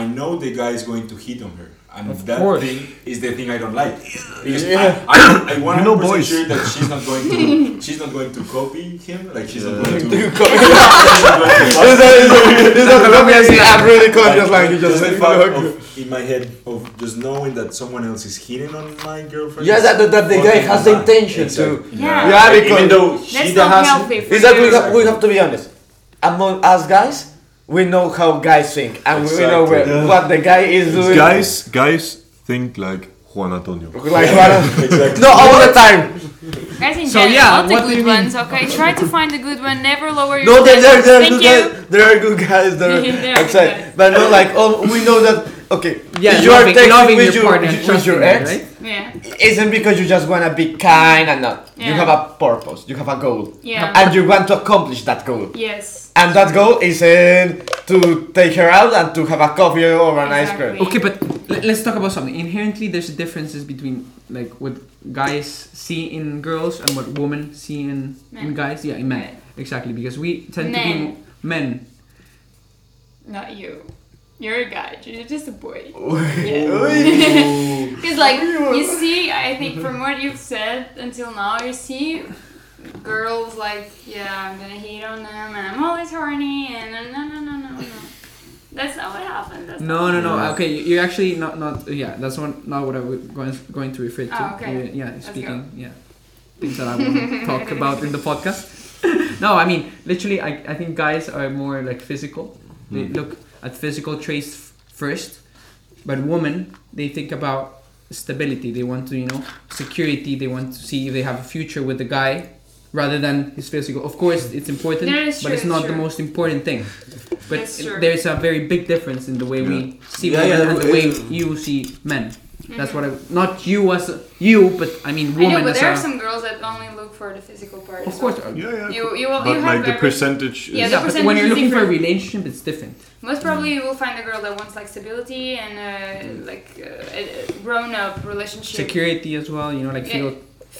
S2: I know the guy is going to hit on her, and that
S6: course.
S2: thing is the thing I don't like because I,
S4: Yeah.
S2: I, I want
S5: You know
S2: to
S5: boys.
S2: sure that she's not going to she's not going to copy him. Like she's not going to.
S4: I'm really conscious, like you
S2: Like,
S4: just
S2: the
S4: said.
S2: fact
S4: Look.
S2: of, in my head of just knowing that someone else is hitting on my girlfriend.
S4: Yeah,
S2: is
S4: that- that- that the guy
S2: fucking
S4: has the
S2: mad.
S4: intention
S2: Exactly.
S4: to-
S1: Yeah.
S4: Yeah,
S2: Even
S4: because-
S2: though she
S1: That's not
S2: has-
S1: healthy. for
S4: It's like we
S1: you.
S4: have, we have to be honest. Among us guys, we know how guys think, and we
S2: Exactly.
S4: know where,
S5: Yeah.
S4: what the guy is doing.
S5: Guys, guys think like Juan Antonio.
S4: like what-
S2: Exactly.
S4: no, all the time.
S1: Guys in
S6: So,
S1: general,
S6: yeah,
S1: not the
S6: what do you
S1: good
S6: mean?
S1: ones, okay? Try to find a good one, never lower your
S4: No, there, there, there, are
S1: standards.
S4: good
S1: Thank you.
S4: guys, there are good guys. There,
S1: There
S4: are
S1: are
S4: outside,
S1: good guys.
S4: but not like oh, we know that. Okay,
S6: Yeah,
S4: if you
S6: loving,
S4: are texting
S6: loving
S4: with
S6: your
S4: your,
S6: partner,
S4: with
S6: trusting
S4: your
S6: them,
S4: ex.
S6: right?
S1: Yeah.
S4: isn't because you just want to be kind and not. You
S1: Yeah.
S4: have a purpose, you have a goal.
S1: Yeah.
S4: And you want to accomplish that goal.
S1: Yes.
S4: And that goal isn't to take her out and to have a coffee or an ice cream.
S1: Exactly.
S6: Okay, but l- let's talk about something. Inherently, there's differences between like what guys see in girls and what women see in, in
S1: Men.
S6: guys. Yeah, in men. Exactly, because we tend to be
S1: Men.
S6: mo- men.
S1: Not you. You're a guy. You're just a boy.
S4: Ooh.
S1: Because like you see, I think from what you've said until now, you see girls like, yeah, I'm gonna hate on them, and I'm always horny, and no, no, no, no, no. That's not what happened. That's
S6: No,
S1: not
S6: no, no.
S4: Yeah.
S6: Okay, you- you're actually not not. Yeah, that's one, not what I was going going to refer to.
S1: Oh, okay.
S6: You're- Yeah,
S1: go.
S6: speaking. Yeah, things that I want to talk about in the podcast. no, I mean literally. I I think guys are more like physical. They look at physical traits f- first, but women they think about stability. They want to you know security. They want to see if they have a future with the guy. Rather than his physical, of course, it's important,
S1: That is
S6: but
S1: true,
S6: it's not
S1: it's
S6: the
S1: true.
S6: most important thing. But
S1: That's true.
S6: there's a very big difference in the way we see
S4: Yeah,
S6: women
S4: yeah,
S6: and the
S4: it-
S6: way you see men. That's what I not you as a, you, but I mean
S1: Mm-hmm. I
S6: woman
S1: know, but
S6: as
S1: there
S6: a.
S1: are some girls that only look for the physical part.
S6: of
S1: as
S6: course, uh,
S1: well.
S5: Yeah, yeah.
S1: You, you will,
S5: but
S1: you
S5: like
S1: have
S5: the
S1: every-
S5: percentage
S1: Yeah,
S5: is
S1: the
S6: yeah, but when
S1: percentage
S6: you're
S1: is
S6: looking for a
S1: different.
S6: relationship, it's different.
S1: Most probably you will find a girl that wants like stability and uh, like uh, a a grown-up relationship.
S6: Security as well, you know, like
S1: Yeah.
S6: feel.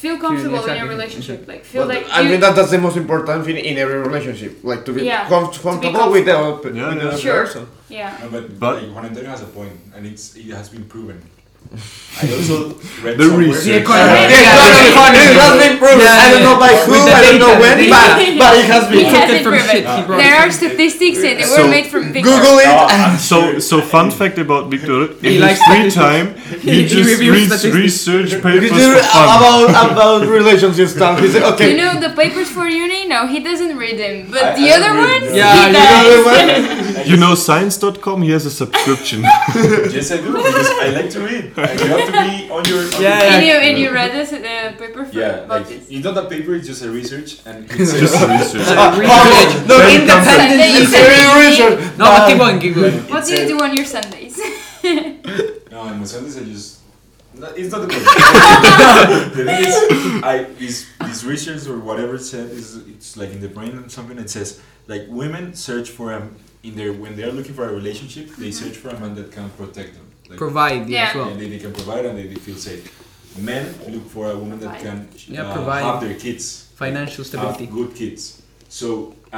S1: Feel comfortable in your
S6: exactly,
S1: relationship. Like feel
S4: But
S1: like
S4: I
S1: you-
S4: mean, that, that's the most important thing in every relationship. Like to be
S1: Yeah.
S4: com- comfortable with the other pe-
S5: Yeah,
S4: with the
S5: yeah.
S4: other
S1: Sure.
S4: person.
S1: yeah.
S2: No, but,
S5: But-
S2: like, Juan Antonio has a point, and it's it has been proven. I also read
S5: The
S2: somewhere-
S5: research.
S6: The
S1: Yeah,
S6: economy.
S1: yeah,
S4: Exactly.
S6: economy.
S4: It has been proven.
S6: Yeah,
S4: I don't
S6: yeah.
S4: know by who,
S6: With the
S4: I don't know
S6: data,
S4: when,
S6: the
S4: but,
S1: data.
S4: but it has
S1: He
S4: been.
S1: has
S6: Took it
S1: been
S6: from
S1: proven.
S6: shit he brought.
S1: There are statistics and they were
S5: So,
S1: made from Victor.
S4: Google
S5: Ah,
S4: it.
S2: No,
S4: and-
S2: I'm
S5: So,
S2: serious.
S5: so fun fact about Victor, in
S6: He
S5: his
S6: likes
S5: free
S6: statistics.
S5: time,
S6: He-
S5: he,
S6: he
S5: just
S6: reviews
S5: reads
S6: statistics.
S5: research
S4: Did
S5: papers
S4: you-
S5: for fun.
S4: about about relationships stuff. He said, okay.
S1: You know the papers for uni? No, he doesn't read them. But
S2: I-
S1: the
S2: I
S1: other
S2: read
S1: ones,
S2: them.
S6: Yeah,
S1: he
S6: you
S1: does.
S5: You know science.com, he has a subscription.
S2: Yes, I do. Because I like to read. And you have to be on your. On
S6: Yeah,
S2: your
S1: and you and you read this uh, paper for
S2: yeah.
S1: about
S2: Like
S1: this.
S2: it's not a paper; it's just a research, and it's
S5: just
S2: a,
S5: research.
S4: Uh,
S6: Research.
S4: oh, no,
S5: Very
S4: independent
S1: comfortable.
S4: is very research.
S6: No, but keep going, keep going.
S1: What
S2: it's
S1: do you
S2: a-
S1: do on your Sundays?
S2: No, on the Sundays I just. No, it's not the point. the thing is, I is this research or whatever it said is it's like in the brain and something that says like women search for a in their when they are looking for a relationship they search for a man that can protect them. Like,
S6: Provide yeah.
S1: Yeah.
S6: as well.
S2: and they, they can provide and they, they feel safe. Men look for a woman that can
S6: Yeah,
S2: uh,
S6: provide.
S2: have their kids,
S6: Financial stability.
S2: have
S4: Ah.
S2: good kids. So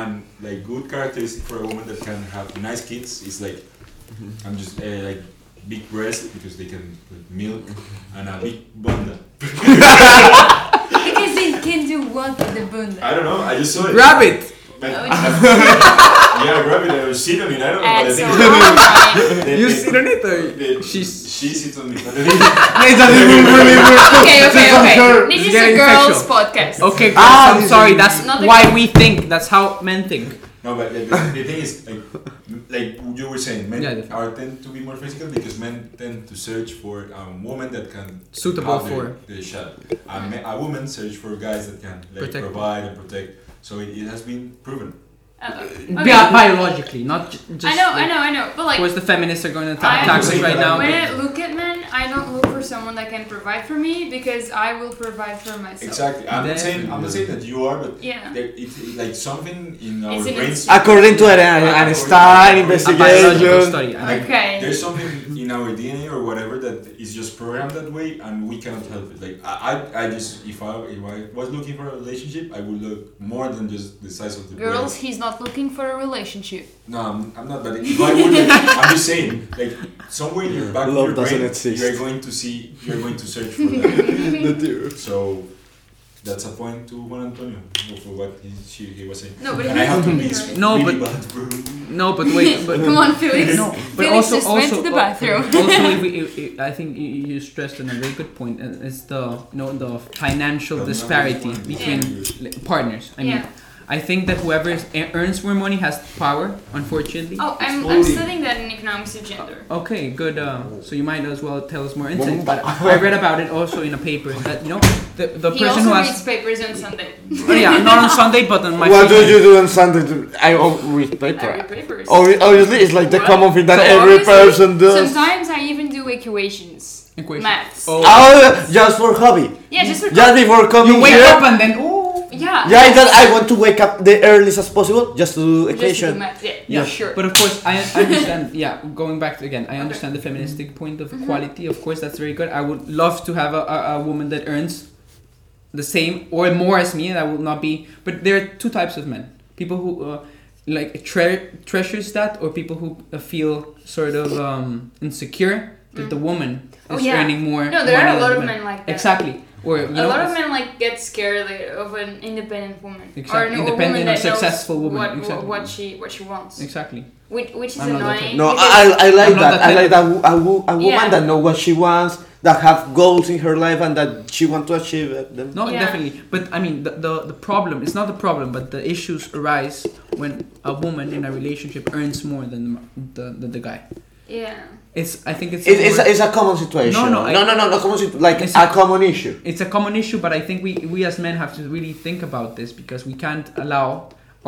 S2: and like good characteristic for a woman that can have nice kids is like
S6: Mm-hmm.
S2: I'm just uh, like big breast because they can put milk
S6: Mm-hmm.
S2: and a big bunda.
S1: because they can do what with the bunda.
S2: I don't know. I just saw it.
S6: Grab it.
S2: But-
S1: Oh,
S2: yeah, grab it. I was sitting on it. I don't know. But I
S1: That's
S2: think
S1: so fine.
S2: the-
S6: You
S2: the-
S6: sit on it or
S2: the- she
S6: she's.
S2: sits on me. But the thing is-
S4: Nathan, it will really work.
S1: Okay, okay, okay. This is a
S6: Getting
S1: girls'
S6: sexual. Oh.
S1: podcast.
S6: Okay,
S4: Ah,
S6: I'm
S4: this
S6: sorry.
S4: is-
S6: That's
S1: Not the
S6: why
S1: guy.
S6: we think. That's how men think.
S2: No, but the, the, the thing is, like, like you were saying, men
S6: Yeah, definitely.
S2: are tend to be more physical because men tend to search for a woman that can
S6: Suitable
S2: have
S6: for-
S2: the, the shot. A, ma- a woman search for guys that can like
S6: Protect.
S2: provide and protect. So it, it has been proven.
S1: Uh, okay.
S6: Bi- biologically, not j- just.
S1: I know,
S6: like-
S1: I know, I know. But
S6: Of
S1: like,
S6: course, the feminists are going to
S1: I-
S6: attack attack us right now.
S1: When I look at men, I don't look for someone that can provide for me because I will provide for myself.
S2: Exactly. I'm not saying I'm not saying that you are, but
S1: Yeah.
S2: there, it's it's like something in our
S1: It's in
S2: brains.
S1: its-
S4: According to an,
S6: Ah,
S4: an star
S6: A biological
S4: investigation,
S6: study.
S2: Like,
S1: Okay.
S2: There's something in our DNA or whatever that is just programmed that way, and we cannot help it. Like I, I, I just if I if I was looking for a relationship, I would look more than just the size of the
S1: Girls,
S2: breast.
S1: he's not looking for a relationship.
S2: No, I'm, I'm not. But if I would, I'm just saying, like somewhere in your back of
S4: Love
S2: your
S4: doesn't
S2: brain,
S4: exist.
S2: you're going to see, you're going to search for that. so. That's a point to Juan Antonio for what he, she, he was saying.
S1: No, but
S2: and I
S1: he's
S2: have to
S1: looking
S2: be
S1: for it.
S6: No,
S2: really
S6: but-
S2: bad, bro.
S6: No, but wait. But,
S1: Come on, Felix.
S6: No, but
S1: Felix
S6: also,
S1: just
S6: also, oh.
S1: went to the bathroom.
S6: also, if we, if- if- I think you- you stressed on a very good point. uh, and It's the you know the financial
S2: But
S6: disparity
S2: nothing is
S6: between
S2: fine.
S6: li- partners. I mean,
S1: Yeah.
S6: I think that whoever is- e-, earns more money has power, unfortunately.
S1: Oh, I'm, I'm
S2: Slowly.
S1: studying that in economics of gender.
S6: Okay, good. Um, so you might as well tell us more insight. I read about it also in a paper that you know the, the
S1: he also
S6: person who
S1: reads
S6: has oh,
S1: papers on Sunday.
S6: yeah not on Sunday but on my
S4: what do
S6: Sunday.
S4: you do on Sunday? To, I al- read
S1: I read
S4: paper.
S1: papers.
S2: Oh,
S4: Obvi- Obviously, it's like the
S1: What?
S4: common thing that
S6: So
S4: every
S1: Obviously,
S4: person does.
S1: Sometimes I even do equations.
S6: Equation.
S1: Maths.
S6: Oh.
S4: Oh, just for hobby.
S1: Yeah, just for
S4: Just before coming
S6: You wake
S4: here.
S6: up and then oh
S1: Yeah.
S4: Yeah, it's that I want to wake up the earliest as possible just to do
S1: Just to do
S4: equation.
S1: maths, Yeah,
S6: yeah.
S1: sure.
S6: But of course I I understand. yeah, going back to, again, I understand the feministic point
S1: Mm-hmm.
S6: of equality. Of course, that's very good. I would love to have a, a, a woman that earns the same or more as me. That would not be. But there are two types of men: people who uh, like tre- treasures that, or people who uh, feel sort of um, insecure that the woman is
S1: Oh, yeah.
S6: earning more.
S1: no, there
S6: money
S1: are a
S6: than
S1: lot
S6: the
S1: of
S6: man.
S1: men like that.
S6: Exactly. Or you
S1: A
S6: know,
S1: lot of men like get scared like, of an independent woman, or
S6: Exactly,
S1: an,
S6: independent
S1: a woman
S6: or
S1: that knows
S6: successful woman,
S1: What, what-
S6: exactly.
S1: what she what she wants,
S6: exactly.
S1: which, which is
S6: I'm not that
S1: annoying.
S4: No,
S1: because-
S4: I, I like
S6: I'm not
S4: that.
S6: that
S4: I like that wo- a, wo- a woman
S1: Yeah.
S4: that know what she wants, that have goals in her life, and that she want to achieve uh, them.
S6: No,
S1: Yeah.
S6: definitely. But I mean, the, the the problem. It's not the problem, but the issues arise when a woman in a relationship earns more than the the, the guy.
S1: yeah.
S6: It's I think it's
S4: It, it's,
S6: more-
S4: a, it's a common situation.
S6: No, no, I-
S4: no, no, no, no common situ- like
S6: It's
S4: a,
S6: a-
S4: common issue.
S6: it's a common issue, but I think we we as men have to really think about this because we can't allow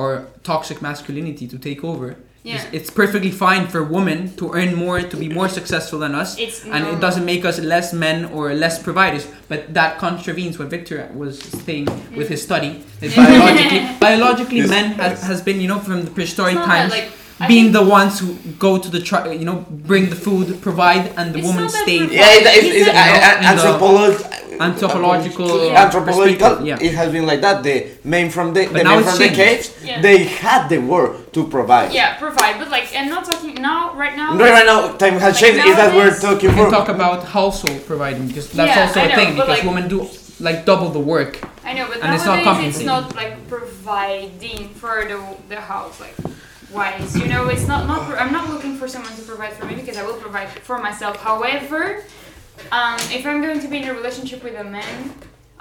S6: our toxic masculinity to take over.
S1: Yeah.
S6: It's, it's perfectly fine for women to earn more, to be more successful than us,
S1: It's
S6: and it
S1: normal.
S6: doesn't make us less men or less providers. But that contravenes what Victor was saying with his study. That biologically, biologically,
S2: Yes,
S6: men has,
S2: yes.
S6: has been you know from the prehistoric
S1: It's not
S6: times.
S1: that, like, I
S6: being
S1: think
S6: the ones who go to the tri- you know bring the food provide and the
S1: It's
S6: woman
S1: not that
S6: stay
S1: provi-
S4: Yeah, it, it's, it's,
S1: It's a-
S4: a- a-
S6: in the-
S4: anthropolo-
S6: anthropological
S1: Yeah.
S4: anthropological.
S6: perspective, yeah
S4: It has been like that. The men from the, the
S6: now
S4: men
S6: it's
S4: from the
S6: changed.
S4: caves,
S1: Yeah.
S4: they had the work to provide.
S1: yeah, provide, but like, I'm not talking now, right now.
S4: Right, right now, time has
S1: Like
S4: changed. Is that we're
S1: nowadays-
S4: talking
S6: we can
S4: for?
S6: talk about household providing because that's
S1: Yeah,
S6: also
S1: I
S6: a
S1: know,
S6: thing
S1: but,
S6: because
S1: like-
S6: women do like double the work.
S1: I know, but
S6: And it's not
S1: nowadays it's
S6: compensating.
S1: not like providing for the, the house, like wise. You know, it's not not. I'm not looking for someone to provide for me because I will provide for myself. However, um, if I'm going to be in a relationship with a man,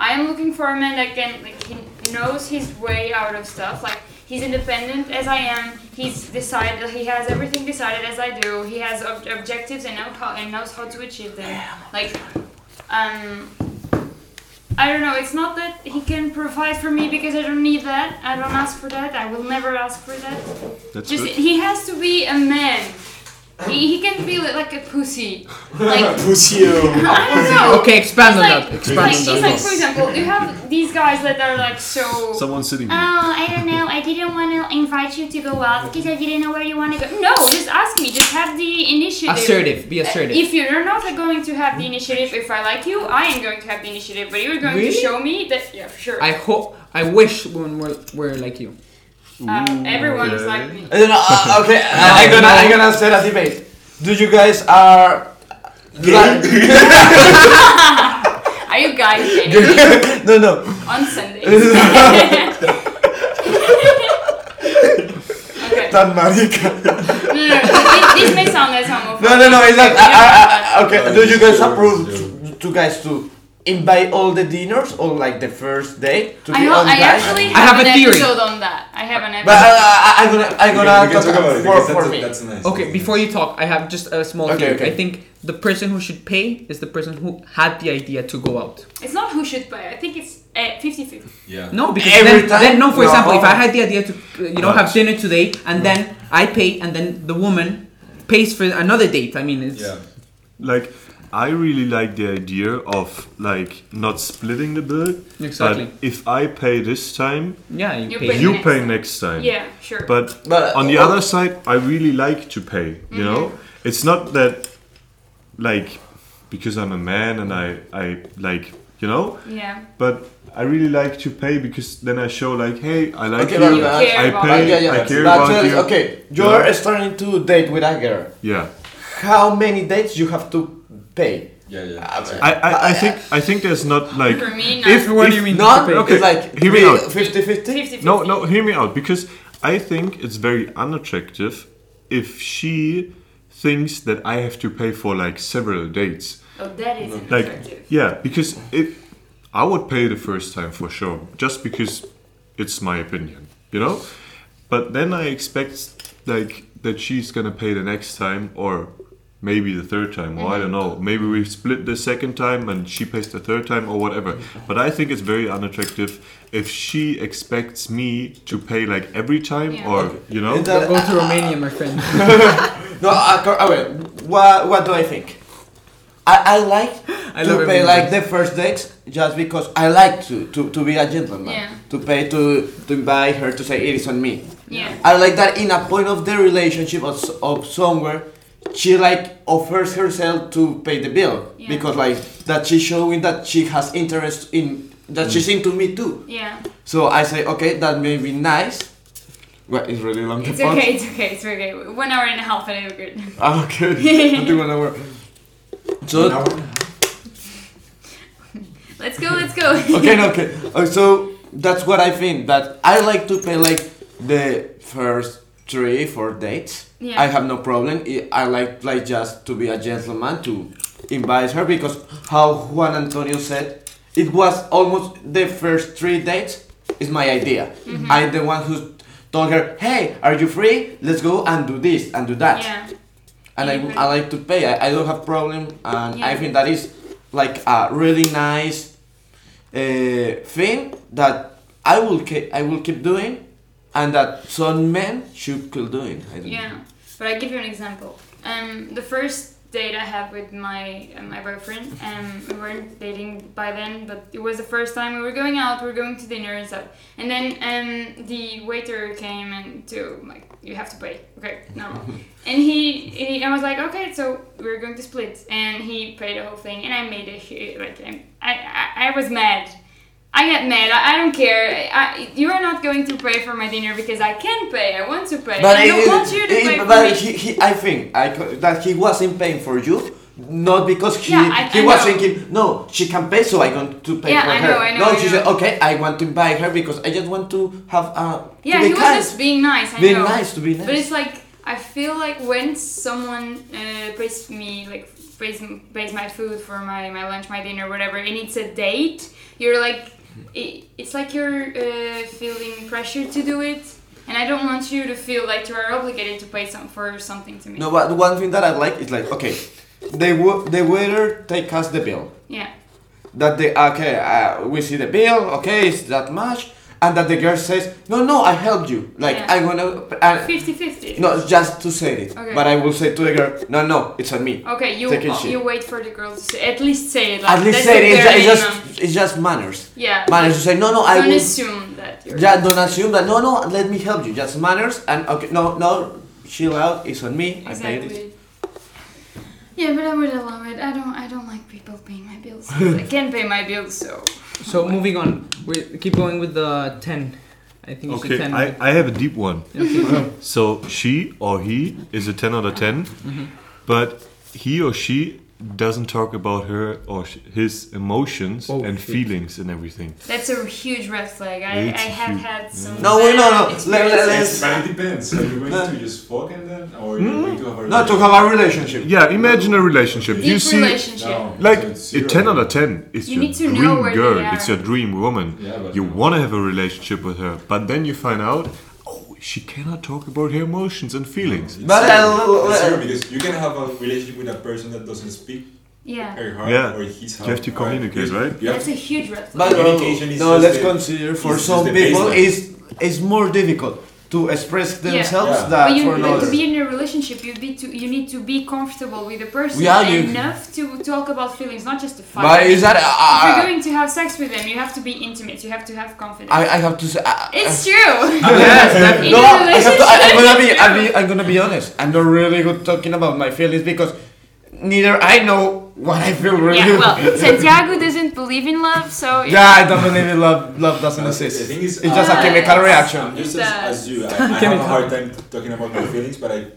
S1: I am looking for a man that can like he knows his way out of stuff. Like he's independent as I am. He's decided. He has everything decided as I do. He has ob- objectives and know how and knows how to achieve them. Like, um. I don't know. It's not that he can provide for me because I don't need that. I don't ask for that. I will never ask for that.
S5: That's
S1: Just
S5: good.
S1: he has to be a man. He, he can be li- like a pussy. Like
S2: Pusio.
S1: I don't know.
S6: Okay, expand
S1: It's
S6: on
S1: like,
S6: that.
S1: it's
S6: Expand
S1: like,
S6: on
S1: it's
S6: that.
S1: like, for example, you have these guys that are like so.
S5: Someone sitting
S1: Oh,
S5: here.
S1: I don't know. I didn't want to invite you to go out because I didn't know where you want to go. No, just ask me. Just have the initiative.
S6: Assertive. Be assertive.
S1: If you're not going to have the initiative, if I like you, I am going to have the initiative. But you're going to
S6: Really?
S1: show me that. Yeah, for sure.
S6: I hope. I wish women were, were like you.
S1: um, everyone is
S5: yeah.
S1: like me.
S4: I don't know. uh, okay, I- I'm gonna I'm gonna set a debate. Do you guys are like,
S1: Are you guys dating
S4: no no
S1: on Sunday? okay.
S4: tan marica
S1: No, no, no. This, this may sound as homophobic.
S4: no no no it's like
S1: but
S4: uh,
S1: you know
S4: uh, uh,
S2: Uh,
S4: okay do you guys
S2: sure,
S4: approve
S2: sure.
S4: to, to guys to invite all the dinners or like the first date to
S1: I,
S4: be
S1: ho-
S4: all
S1: I
S4: guys
S1: actually
S6: I
S1: have,
S6: have
S1: an
S6: a theory.
S1: episode on that. I have an episode.
S4: but uh, I, I'm gonna I'm
S2: We
S4: gonna
S2: can- we can
S4: talk
S2: talk about it
S4: for,
S2: because
S4: for
S2: that's,
S4: me
S2: that's nice.
S6: Okay, before you talk, I have just a small
S4: Okay,
S6: theory.
S4: okay.
S6: I think the person who should pay is the person who had the idea to go out.
S1: it's not who should pay. I think it's uh, 50-50.
S2: Yeah.
S6: No, because
S4: Every
S6: then,
S4: time?
S6: then no. For
S4: No.
S6: example, if I had the idea to uh, you know
S5: Right.
S6: have dinner today and then I pay and then the woman pays for another date. I mean, it's
S2: Yeah.
S5: Like, I really like the idea of like not splitting the bill.
S6: Exactly.
S5: But if I pay this time,
S6: yeah, you,
S1: You
S6: pay.
S1: pay.
S5: you
S1: next
S5: pay
S1: time.
S5: next time.
S1: Yeah, sure.
S5: But
S4: But-
S5: on the
S4: oh.
S5: other side, I really like to pay. You
S1: Mm-hmm.
S5: know, it's not that like because I'm a man and I I like you know,
S1: yeah.
S5: but I really like to pay because then I show like, hey, I like
S4: Okay,
S5: you.
S4: but- You
S5: I
S1: care about-
S5: pay.
S4: yeah yeah
S5: I care
S4: but
S5: about
S4: tell-
S5: you.
S4: okay you're
S5: Yeah.
S4: starting to date with a girl
S5: Yeah.
S4: how many dates you have to pay
S2: Yeah,
S4: Uh,
S2: yeah.
S5: I, I, I think I think there's not like
S1: For me,
S5: if
S1: no.
S6: What do you mean?
S4: not
S6: to pay?
S5: Okay,
S4: it's like
S5: hear me out.
S4: 50 50
S1: 50-50.
S5: no no hear me out because I think it's very unattractive if she thinks that I have to pay for like several dates.
S1: Oh, that is
S5: Like
S1: ineffective.
S5: yeah, because it I would pay the first time for sure just because it's my opinion. you know. But then I expect like that she's gonna pay the next time or maybe the third time or I don't know. Maybe we split the second time and she pays the third time or whatever. But I think it's very unattractive if she expects me to pay like every time
S1: Yeah.
S5: or you know.
S4: Is that-
S6: go to Romania, my friend.
S4: No, I, cor- okay. What what do I think? I, I like
S6: I
S4: to
S6: love
S4: pay
S6: everything.
S4: like the first dates just because I like to, to, to be a gentleman.
S1: Yeah.
S4: To pay to to invite her to say it is on me.
S1: Yeah.
S4: I like that in a point of the relationship of, s- of somewhere she like offers herself to pay the bill
S1: Yeah.
S4: because like that she's showing that she has interest in that she's into me too.
S1: Yeah.
S4: So I say okay that may be nice. Well, it's really long.
S1: It's
S4: the podcast.
S1: okay, it's okay, it's okay. One hour and a half and I good.
S4: Ah, okay. I think one hour. So
S1: Let's go, let's go.
S4: okay, no, okay. Uh, so that's what I think. That I like to pay like the first three, four dates.
S1: Yeah.
S4: I have no problem. I- I like like just to be a gentleman to invite her because how Juan Antonio said, it was almost the first three dates is my idea.
S1: Mm-hmm.
S4: I'm the one who told her, hey, are you free? Let's go and do this and do that
S1: Yeah.
S4: and I,
S1: Mhm.
S4: I like to pay. I, I don't have problem, and I
S1: Yeah.
S4: think that is like a really nice uh, thing that I will keep I will keep doing, and that some men should keep doing. I don't
S1: Yeah, but I give you an example. Um, the first date I had with my uh, my boyfriend, um, we weren't dating by then, but it was the first time we were going out. We were going to dinner and stuff. And then um, the waiter came and to like, you have to pay. Okay, no. and he, he, I was like, okay, so we're going to split. And he paid the whole thing, and I made a hu- like, um, I, I, I was mad. I get mad. I, I don't care. I, you are not going to pay for my dinner because I can pay. I want to pay.
S4: But
S1: I don't
S4: it-
S1: want you to
S4: it-
S1: pay for
S4: but
S1: me.
S4: he, he, I think I, co- that he wasn't paying for you, not because he
S1: Yeah, I-
S4: he
S1: I
S4: was
S1: know.
S4: thinking no, she can pay, so I going to pay
S1: Yeah,
S4: for
S1: I
S4: her.
S1: know, I know,
S4: no,
S1: I
S4: she
S1: know.
S4: said okay, I want to invite her because I just want to have a
S1: yeah,
S4: to be
S1: he was
S4: kind,
S1: just being nice. I
S4: being
S1: know.
S4: nice to be nice.
S1: But it's like I feel like when someone uh, pays me like pays, pays my food for my, my lunch, my dinner, whatever, and it's a date, you're like it, it's like you're uh, feeling pressure to do it, and I don't want you to feel like you are obligated to pay some for something to me.
S4: No, but one thing that I like is like okay, the wa- the waiter take us the bill.
S1: Yeah.
S4: That the okay, uh, we see the bill. Okay, it's that much, and that the girl says, no, no, I helped you. Like
S1: Yeah.
S4: I'm gonna. And,
S1: 50-50.
S4: no, just to say it.
S1: Okay.
S4: But I will say to the girl, no, no, it's on me.
S1: Okay, you
S4: Take a shit.
S1: you wait for the girl to say at least say it. Like,
S4: At least
S1: that's
S4: say it.
S1: the
S4: It's,
S1: bare
S4: it's
S1: minimum.
S4: just it's just manners.
S1: yeah.
S4: Manners to say no, no, I
S1: don't
S4: will.
S1: assume that. You're
S4: Yeah, don't assume that. No, no, let me help you. Just manners and okay, no, no, chill out. It's on me. I paid it.
S1: Exactly. Yeah, but I would allow it. I don't. I don't like people paying my bills. I can't pay my bills, so
S6: So moving on, we keep going with the ten. I think you should
S5: Okay,
S6: ten.
S5: I, I have a deep one. Uh-huh.
S6: okay.
S5: So she or he is a 10 out of 10,
S1: Mm-hmm.
S5: but he or she doesn't talk about her or sh- his emotions
S6: Oh,
S5: and
S6: shit.
S5: feelings and everything.
S1: that's a huge red flag. I,
S5: It's
S1: I have
S5: huge.
S1: had some.
S4: No, wait, no, no.
S1: bad
S4: Let- let-
S1: experiences.
S4: let's-
S2: But it depends. Are you going
S4: No.
S2: to just fuck and then, or are you going to have a
S4: Not to have a relationship.
S5: Yeah, imagine a relationship.
S1: Deep
S5: you see,
S1: relationship.
S2: No,
S5: like,
S2: so it's
S5: a 10
S2: zero.
S5: out of 10 is
S1: You
S5: your
S1: need to know
S5: dream
S1: where they
S5: girl,
S1: are.
S5: it's your dream woman.
S2: Yeah, but-
S5: you want to have a relationship with her, but then you find out, oh, she cannot talk about her emotions and feelings.
S4: But
S2: It's
S4: I'll- uh,
S2: zero. It's
S4: I'll-
S2: zero because you can have a relationship with a person that doesn't speak
S1: Yeah,
S2: her heart
S5: Yeah.
S2: or his
S5: You
S2: heart.
S5: have to communicate,
S2: You-
S5: right?
S2: You have
S1: that's a huge red flag.
S4: But uh,
S2: Communication is
S4: no,
S2: just
S4: let's
S2: the-
S4: consider for
S2: is
S4: some
S2: just the
S4: people
S2: baseline.
S4: is is more difficult to express
S1: Yeah.
S4: themselves
S1: But
S2: Yeah.
S4: than
S1: you
S4: for
S1: but to
S4: another.
S1: be in a relationship, you need to you need to be comfortable with the person
S4: Yeah, you-
S1: enough to talk about feelings, not just to fight.
S4: But is that
S1: if you're
S4: uh,
S1: going to have sex with them, you have to be intimate. You have to have confidence.
S4: I I have to say. Uh,
S1: it's true.
S6: yes, definitely.
S1: In
S4: no,
S1: a
S4: I have to, I, I'm gonna be,
S1: relationship.
S4: I'm, be, I'm gonna be honest. I'm not really good talking about my feelings because neither I know what I feel really.
S1: Yeah, well, Santiago doesn't believe in love, so
S4: Yeah, I don't believe in love. Love doesn't
S2: The
S4: exist.
S2: thing is,
S4: it's just a
S1: uh,
S4: chemical reaction.
S2: I'm just
S1: It's
S2: as,
S1: a-
S2: as you. I, I have a hard time talking about my feelings, but I, if,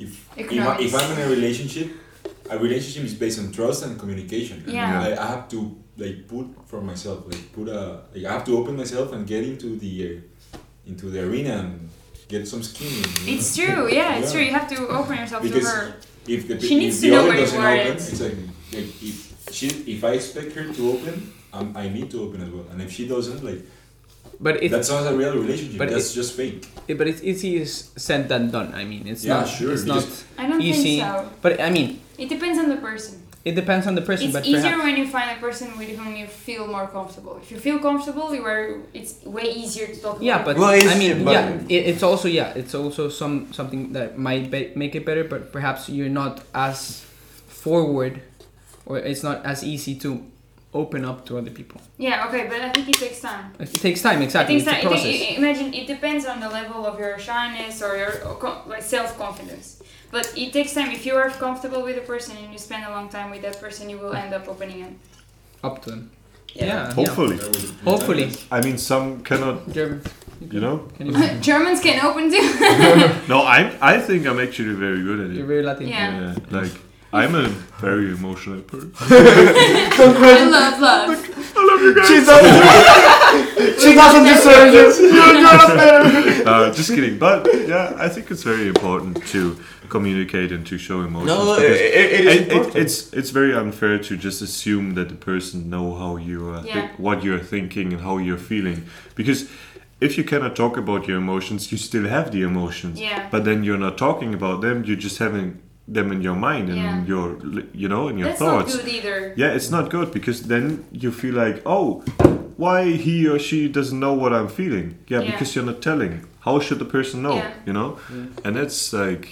S2: if, I,
S1: Economics.
S2: if I'm in a relationship, a relationship is based on trust and communication. And
S1: Yeah.
S2: I, I have to like put for myself, like put a, like I have to open myself and get into the, uh, into the arena and get some skin. in, you know?
S1: it's true. Yeah, it's true. You have to open yourself
S2: Because
S1: to her.
S2: If the
S1: She
S2: pe- if
S1: needs
S2: the
S1: to know
S2: other
S1: where you
S2: doesn't
S1: are
S2: open,
S1: at.
S2: exactly. Like if she, if I expect her to open, um, I need to open as well. And if she doesn't, like
S6: But it,
S2: that sounds like a real relationship.
S6: but
S2: That's just fake.
S6: it- but it's easier said than done. I mean, it's
S2: Yeah,
S6: not.
S2: sure,
S6: It's not.
S2: because-
S1: I don't
S6: Easy.
S1: think so.
S6: But I mean,
S1: It depends on the person.
S6: it depends on the person.
S1: It's
S6: but
S1: easier
S6: perhaps,
S1: when you find a person with whom you feel more comfortable. If you feel comfortable, you are. It's way easier to talk.
S6: yeah,
S1: about
S6: but
S4: Well, it's-
S6: I mean,
S4: but-
S6: yeah, it, it's also yeah, it's also some something that might be, make it better. But perhaps you're not as forward, or it's not as easy to open up to other people.
S1: it. yeah. Okay, but I think it takes time.
S6: It takes time. Exactly,
S1: It
S6: it's a
S1: takes time. It-
S6: process.
S1: it- imagine it depends on the level of your shyness or your co- like self confidence. But it takes time. If you are comfortable with a person and you spend a long time with that person, you will end up opening up.
S6: up to them.
S1: Yeah.
S6: Yeah.
S5: Hopefully.
S2: That would-
S6: Hopefully.
S5: I mean, some cannot,
S6: German.
S5: you know?
S6: Can you,
S1: Germans can open too.
S5: No, I'm, I think I'm actually very good at it.
S6: you're very Latin.
S1: Yeah.
S5: Like, I'm a very emotional person.
S1: I love love.
S4: She doesn't. she doesn't deserve this. You're not better.
S5: Uh, just kidding. But yeah, I think it's very important to communicate and to show emotions.
S4: No,
S5: because
S4: it- it- it is important.
S5: it's it's very unfair to just assume that the person know how you are, thi-
S1: Yeah.
S5: what you're thinking and how you're feeling, because if you cannot talk about your emotions, you still have the emotions.
S1: Yeah.
S5: But then you're not talking about them. You're just having them in your mind and
S1: Yeah.
S5: your li- you know in your
S1: That's
S5: thoughts.
S1: not good either.
S5: Yeah, it's not good because then you feel like, oh, why he or she doesn't know what I'm feeling? Yeah,
S1: Yeah.
S5: because you're not telling. How should the person know?
S1: Yeah.
S5: You know, and that's like,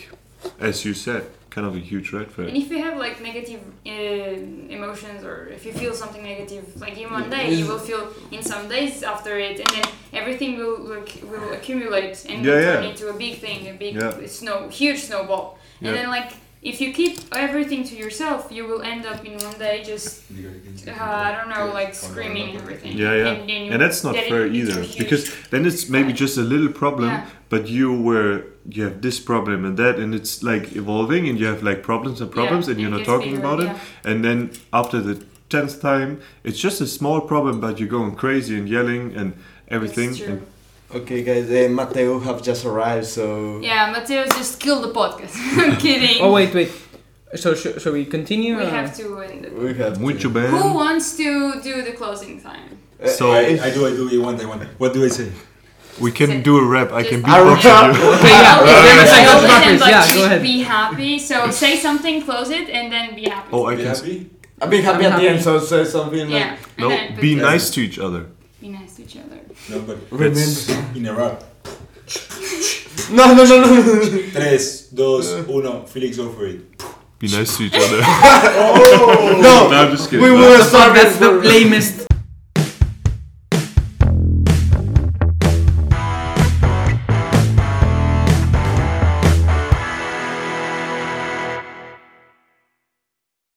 S5: as you said, kind of a huge red
S1: And
S5: flag.
S1: if you have like negative uh, emotions, or if you feel something negative, like in one day,
S4: Yeah.
S1: you will feel in some days after it, and then everything will like, will accumulate and
S5: Yeah,
S1: will turn
S5: yeah.
S1: into a big thing, a big
S5: Yeah.
S1: snow, huge snowball. And
S5: Yeah.
S1: then like if you keep everything to yourself, you will end up in one day just uh, I don't know, like screaming and everything.
S5: Yeah, yeah.
S1: and, then you
S5: And that's not
S1: get
S5: fair
S1: it into a
S5: either
S1: huge-
S5: because then it's maybe
S1: Yeah.
S5: just a little problem,
S1: Yeah.
S5: but you were you have this problem and that, and it's like evolving, and you have like problems and
S1: Yeah,
S5: problems, and
S1: it
S5: you're not
S1: gets
S5: talking
S1: bigger,
S5: about it.
S1: yeah.
S5: And then after the tenth time, it's just a small problem, but you're going crazy and yelling and everything.
S1: It's true.
S5: and-
S4: Okay, guys. Uh, Mateo have just arrived, so.
S1: Yeah, Mateo just killed the podcast. I'm kidding.
S6: Oh wait, wait. So sh- shall we continue? Uh,
S1: We
S6: or-
S1: have to end it.
S4: We have.
S5: Mucho
S4: to-
S5: bem.
S1: Who wants to do the closing time?
S4: Uh,
S5: So-
S2: I,
S4: if-
S2: I do, I do, I want, I want. What do I say?
S5: We can do a rap. I can
S1: Just-
S5: beat
S4: Arab-
S5: box you.
S6: Okay, yeah.
S1: Oh, Okay,
S6: okay, let's- I got
S1: I'll
S6: the
S1: listen,
S6: markers,
S1: but
S6: yeah, go ahead.
S1: Be happy. So say something, close it, and then be happy.
S5: Oh, I
S2: Be
S5: can.
S2: happy?
S4: I'm being happy
S6: I'm
S4: at the
S6: happy.
S4: end, so say something
S1: yeah.
S4: like.
S1: and then
S5: No,
S1: put
S5: be
S1: the-
S5: nice to each other.
S1: Be nice to each other.
S2: No, but
S5: That's,
S2: in a rap.
S4: No, no, no, no, no. no.
S2: Tres, dos, uno. Felix, go for it.
S5: be nice to each other.
S4: no.
S5: no, I'm just kidding.
S4: We
S5: No.
S4: were
S6: That's
S4: starving.
S6: the
S4: for-
S6: lamest.